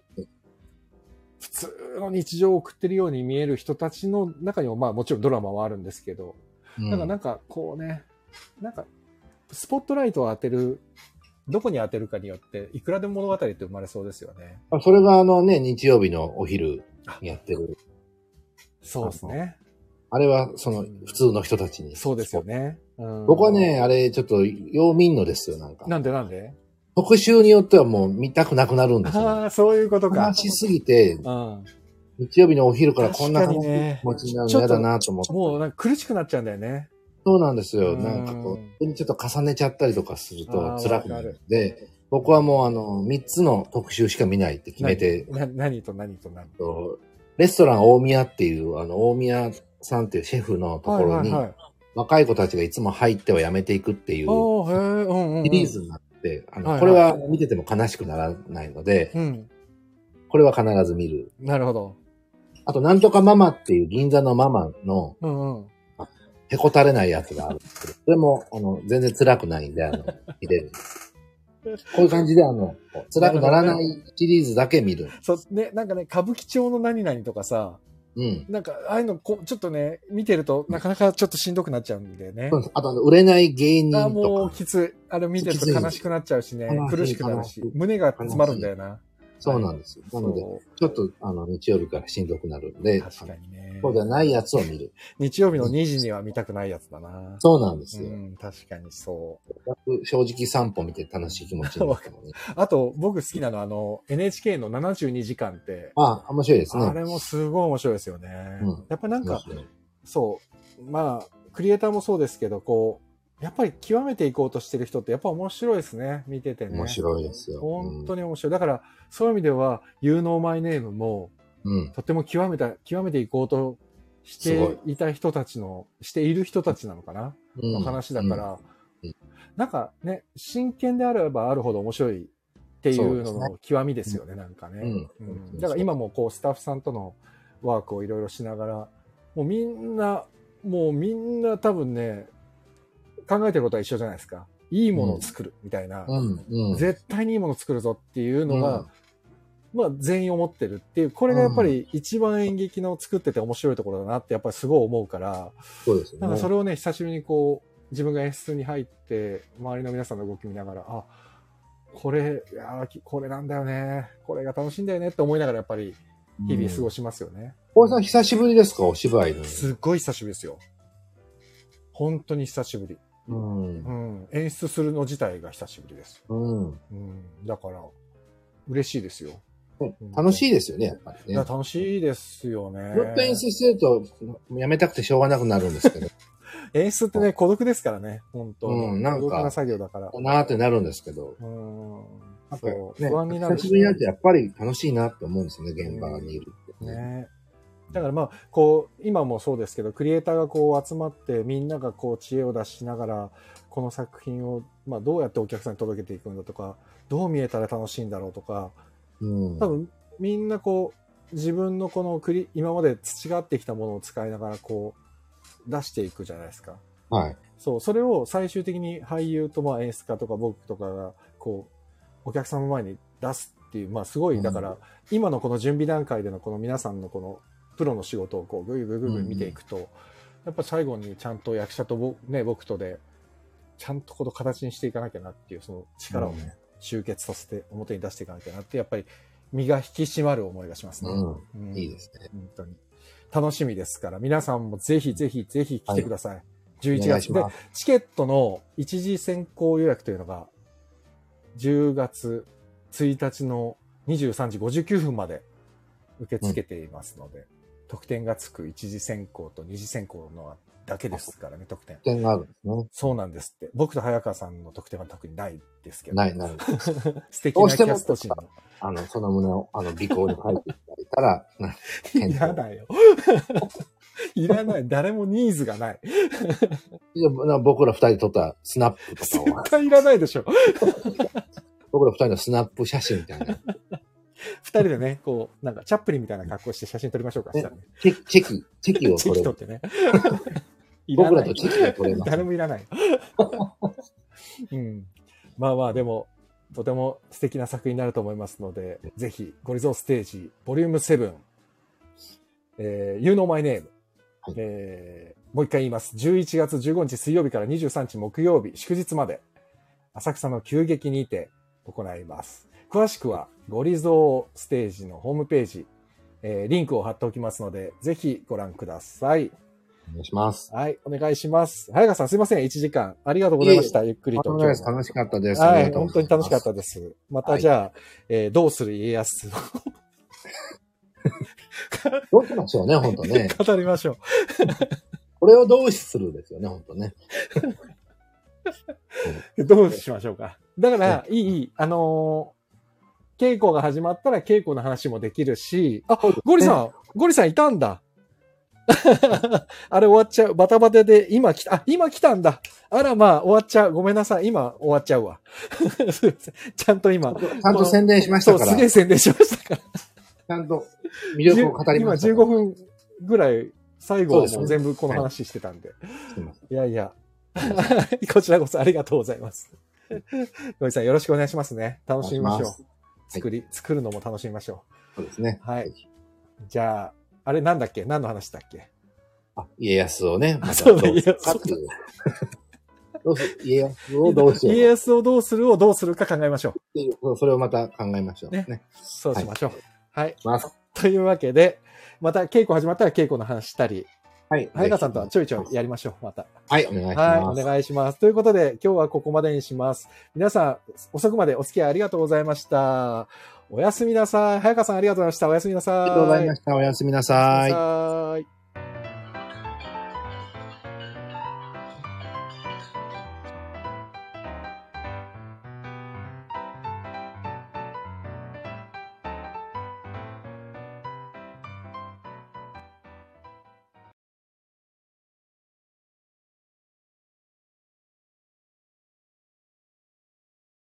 Speaker 1: 普通の日常を送ってるように見える人たちの中にも、まあもちろんドラマはあるんですけど、
Speaker 3: うん
Speaker 1: だからなんかこうね、なんか、スポットライトを当てる、どこに当てるかによって、いくらでも物語って生まれそうですよね。
Speaker 3: まあそれがあのね、日曜日のお昼にやってる。
Speaker 1: そうですね。
Speaker 3: あれはその普通の人たちに。
Speaker 1: そうですよ。ね。うん
Speaker 3: 僕は、ね、あれちょっと、よう見んのですよ、なんか。
Speaker 1: なんでなんで
Speaker 3: 特集によってはもう見たくなくなるんですよ。
Speaker 1: ああ、そういうことか
Speaker 3: 悲。しすぎて、
Speaker 1: うん。
Speaker 3: 日曜日のお昼からこんな
Speaker 1: 確かに
Speaker 3: 悲しい
Speaker 1: ね
Speaker 3: 気持ちになるの嫌だなと思って。
Speaker 1: もうなんか苦しくなっちゃうんだよね。
Speaker 3: そうなんですよ。
Speaker 1: うん
Speaker 3: なんかこう、本当にちょっと重ねちゃったりとかすると
Speaker 1: あー
Speaker 3: 辛くなるんで、僕はもうあの、3つの特集しか見ないって決めて、
Speaker 1: な何と何と何
Speaker 3: えっとレストラン大宮っていう、あの、大宮さんっていうシェフのところに、
Speaker 1: い。
Speaker 3: 若い子たちがいつも入ってはやめていくっていう
Speaker 1: おー、へーうんうんうん。
Speaker 3: シリーズになって、あ
Speaker 1: は
Speaker 3: の、
Speaker 1: い
Speaker 3: これは見てても悲しくならないので、
Speaker 1: うん。
Speaker 3: これは必ず見る。
Speaker 1: なるほど。
Speaker 3: あと、なんとかママっていう銀座のママの
Speaker 1: うんうん。
Speaker 3: へこたれないやつがあるんですけど、それも、あの、全然辛くないんで、あの、見れる。こういう感じで、あの、辛くならないシリーズだけ見る。
Speaker 1: そう、ね、なんかね、歌舞伎町の何々とかさ、
Speaker 3: うん。
Speaker 1: なんか、ああいうのこう、ちょっとね、見てると、なかなかちょっとしんどくなっちゃうんだよね
Speaker 3: そう。ですあとあの、売れない芸人
Speaker 1: ああ、も
Speaker 3: と
Speaker 1: う
Speaker 3: か。
Speaker 1: きつい。あれ見てると
Speaker 3: きつい
Speaker 1: 悲しくなっちゃうしね
Speaker 3: 悲し、い
Speaker 1: 苦しくなるし
Speaker 3: 悲しい、
Speaker 1: 胸が詰まるんだよな。
Speaker 3: そうなんですよ。なので、
Speaker 1: そ
Speaker 3: ちょっと、あの、日曜日からしんどくなるんで、
Speaker 1: う確かにね。
Speaker 3: そうじゃないやつを見る。
Speaker 1: 日曜日の2時には見たくないやつだな。
Speaker 3: そうなんです
Speaker 1: う
Speaker 3: よ。
Speaker 1: ん、確かにそう。
Speaker 3: 正直散歩見て楽しい気持ちになったの に。
Speaker 1: あと、僕好きなのは、あの、NHK の72時間って、
Speaker 3: まあ、面白いですね。
Speaker 1: あれもすごい面白いですよね。
Speaker 3: うん
Speaker 1: やっぱなん
Speaker 3: 面
Speaker 1: か、
Speaker 3: 白い
Speaker 1: そう、まあ、クリエイターもそうですけど、こう、やっぱり極めていこうとしてる人って、やっぱ面白いですね、見ててね。
Speaker 3: 面白いですよ。
Speaker 1: 本当
Speaker 3: に。
Speaker 1: に面白い。だから、そういう意味では、You Know My Name も、
Speaker 3: うん。
Speaker 1: とても極めた、極めていこうとし
Speaker 3: すご
Speaker 1: ていた人たちの、している人たちなのかな、
Speaker 3: うん
Speaker 1: の話だから、
Speaker 3: うんうん
Speaker 1: なんかね、真剣であればあるほど面白いっていうの
Speaker 3: そうです
Speaker 1: の極みですよね、なんかね。
Speaker 3: うん
Speaker 1: うんだから今もこうスタッフさんとのワークをいろいろしながら、もうみんな、もうみんな多分ね、考えてることは一緒じゃないですか。いいものを作るみたいな、
Speaker 3: うん。うん。
Speaker 1: 絶対にいいものを作るぞっていうの
Speaker 3: うん
Speaker 1: が、まあ全員思ってるっていう、これがやっぱり一番演劇の作ってて面白いところだなってやっぱりすごい思うから、
Speaker 3: そうですよね。
Speaker 1: なんかそれをね、久しぶりにこう、自分が演出に入って、周りの皆さんの動き見ながら、あ、これ、いやーきこれなんだよね。これが楽しいんだよねって思いながらやっぱり日々過ご
Speaker 3: し。
Speaker 1: しますよね。
Speaker 3: 小林さん、久しぶりですかお芝居の。
Speaker 1: すっごい久しぶりですよ。本当に久しぶり。
Speaker 3: うん
Speaker 1: う。ん。演出するの自体が久しぶりです。
Speaker 3: うん。
Speaker 1: うん。だから、嬉しいですよ。
Speaker 3: 楽しいですよね、やっぱり
Speaker 1: い
Speaker 3: ね。
Speaker 1: や
Speaker 3: ず
Speaker 1: 楽しいですよね。
Speaker 3: っと演出してると、やめたくてしょうがなくなるんですけど、
Speaker 1: 演出ってね、孤独ですからね。本当、
Speaker 3: うんなんか
Speaker 1: 孤独な作業だから。
Speaker 3: なーってなるんですけど、
Speaker 1: うん。
Speaker 3: なんか
Speaker 1: そう、
Speaker 3: ね、
Speaker 1: 不安になる
Speaker 3: 久しぶりになるとやっぱり楽しいなって思うんですよね、現場にいるって。
Speaker 1: ね。だからまあ、こう、今もそうですけど、クリエイターがこう集まって、みんながこう知恵を出しながら、この作品を、まあどうやってお客さんに届けていくんだとか、どう見えたら楽しいんだろうとか、
Speaker 3: うん。
Speaker 1: 多分みんなこう、自分のこのクリ、今まで培ってきたものを使いながらこう、出していくじゃないですか。
Speaker 3: はい。
Speaker 1: そう、それを最終的に俳優とまあ演出家とか僕とかが、こう、お客様前に出すっていう、まあすご
Speaker 3: う
Speaker 1: い、
Speaker 3: ん
Speaker 1: だから、今のこの準備段階でのこの皆さんのこのプロの仕事をこう、ぐいぐいぐいぐい見ていくと、やっぱ最後にちゃんと役者とぼ、ね、僕とで、ちゃんとこの形にしていかなきゃなっていう、その力をね、集結させて表に出していかなきゃなって、やっぱり身が引き締まる思いがしますね。
Speaker 3: う
Speaker 1: うん
Speaker 3: ん。いいですね。
Speaker 1: 本当に。楽しみですから、皆さんもぜひぜひぜひ来てください。
Speaker 3: お
Speaker 1: 11
Speaker 3: 願いし
Speaker 1: 月で
Speaker 3: ま、す。
Speaker 1: チケットの一時先行予約というのが、10月1日の23時59分まで受け付けていますので、得点がつく一時先行と二次先行のだけですからね、得点。
Speaker 3: 点があるんですね。
Speaker 1: そうなんですって。僕と早川さんの得点は特にないですけど、
Speaker 3: ない、ない。
Speaker 1: 素敵なキャスト陣の。
Speaker 3: あの、その胸を、あの、尾行に書いていただいたら、な
Speaker 1: 嫌だよ。 いらない。誰もニーズが ない。
Speaker 3: でな僕ら二人で撮ったスナップとかを
Speaker 1: 絶、対いらないでしょ。
Speaker 3: 僕ら二人のスナップ写真みたいな、
Speaker 1: 二人でね、こう、なんかチャップリンみたいな格好して写真撮りましょうか、したらね。
Speaker 3: チェキ、チェキ、チェキを
Speaker 1: チ
Speaker 3: 撮
Speaker 1: ェ
Speaker 3: れ
Speaker 1: キ取
Speaker 3: る
Speaker 1: っ。てね。
Speaker 3: 僕らと チェキを撮れます。
Speaker 1: 誰もいらない。うん。まあまあ、でも、とても素敵な作品になると思いますので、ぜひ、ゴリゾーステージ、ボリューム7、えー、You Know My Name、
Speaker 3: はい
Speaker 1: えーもう一回言います。11月15日水曜日から23日木曜日、祝日まで、浅草の急激にて行います。詳しくは、ゴリゾーステージのホームページ、えーリンクを貼っておきますので、ぜひご覧ください。
Speaker 3: お願いします。
Speaker 1: はい、お願いします。早川さん、すいません、1時間。ありがとうございました。ゆっくりと。
Speaker 3: とりあえず楽しかったです。あ
Speaker 1: は
Speaker 3: り
Speaker 1: い、
Speaker 3: がと
Speaker 1: 本
Speaker 3: うご
Speaker 1: 当
Speaker 3: ざい
Speaker 1: に
Speaker 3: ます
Speaker 1: 楽しかったです。また
Speaker 3: はい
Speaker 1: じゃあ、えーどうする家康を
Speaker 3: どうしましょうね、本当ね。
Speaker 1: 語りましょう。
Speaker 3: これをどうするですよね、本当ね。
Speaker 1: どうしましょうか。だから、いい、いい、あのー稽古が始まったら稽古の話もできるし、あ、ゴリさん、ゴリさんいたんだ。 あれ終わっちゃう。バタバタで、今来た、あ、今来たんだ。あらまあ、終わっちゃう。ごめんなさい。今終わっちゃうわ。 すいませんちゃんと今。
Speaker 3: ちゃんと宣伝しまし
Speaker 1: そ
Speaker 3: た
Speaker 1: う、
Speaker 3: か
Speaker 1: す
Speaker 3: ら。
Speaker 1: げえ
Speaker 3: ち
Speaker 1: 宣伝しましたから。
Speaker 3: ゃんと魅力を語りました
Speaker 1: 今
Speaker 3: か
Speaker 1: 15
Speaker 3: ら。
Speaker 1: 分ぐらい、最後は
Speaker 3: そ
Speaker 1: も
Speaker 3: う
Speaker 1: う
Speaker 3: ですね
Speaker 1: 全部この話してたんで。
Speaker 3: すいません
Speaker 1: いやい や。こちらこそありがとうござい ます。ロイさんよろしくお願いしますね。楽しみまし
Speaker 3: お願い
Speaker 1: ょ
Speaker 3: し
Speaker 1: う。作り、作るのも楽しみましょ
Speaker 3: そうですね。
Speaker 1: う。はい。じゃあ、あれなんだっけ何の話だっけ
Speaker 3: あ、家康をね、また
Speaker 1: そうだ
Speaker 3: どうするかっていう。どうする家康をどうしよう
Speaker 1: 家
Speaker 3: かっ
Speaker 1: 康をどうするをどうするか考えましょう。
Speaker 3: ていうそうそれをまた考えましょう。
Speaker 1: ね
Speaker 3: ね。
Speaker 1: そうしましょう。はい。
Speaker 3: します。
Speaker 1: というわけで、また稽古始まったら稽古の話したり、
Speaker 3: はい。
Speaker 1: 早川さんとはちょいちょいやりましょう。また。
Speaker 3: はい、お願いし
Speaker 1: はい、お
Speaker 3: ます。
Speaker 1: 願いします。ということで、今日はここまでにします。皆さん、遅くまでお付き合いありがとうございました。おやすみなさい。早川さんありがとうございました。おやすみなさい。
Speaker 3: ありがとうございました。おやすみ
Speaker 1: お
Speaker 3: な
Speaker 1: や
Speaker 3: さ
Speaker 1: すみな。
Speaker 3: い
Speaker 1: さい。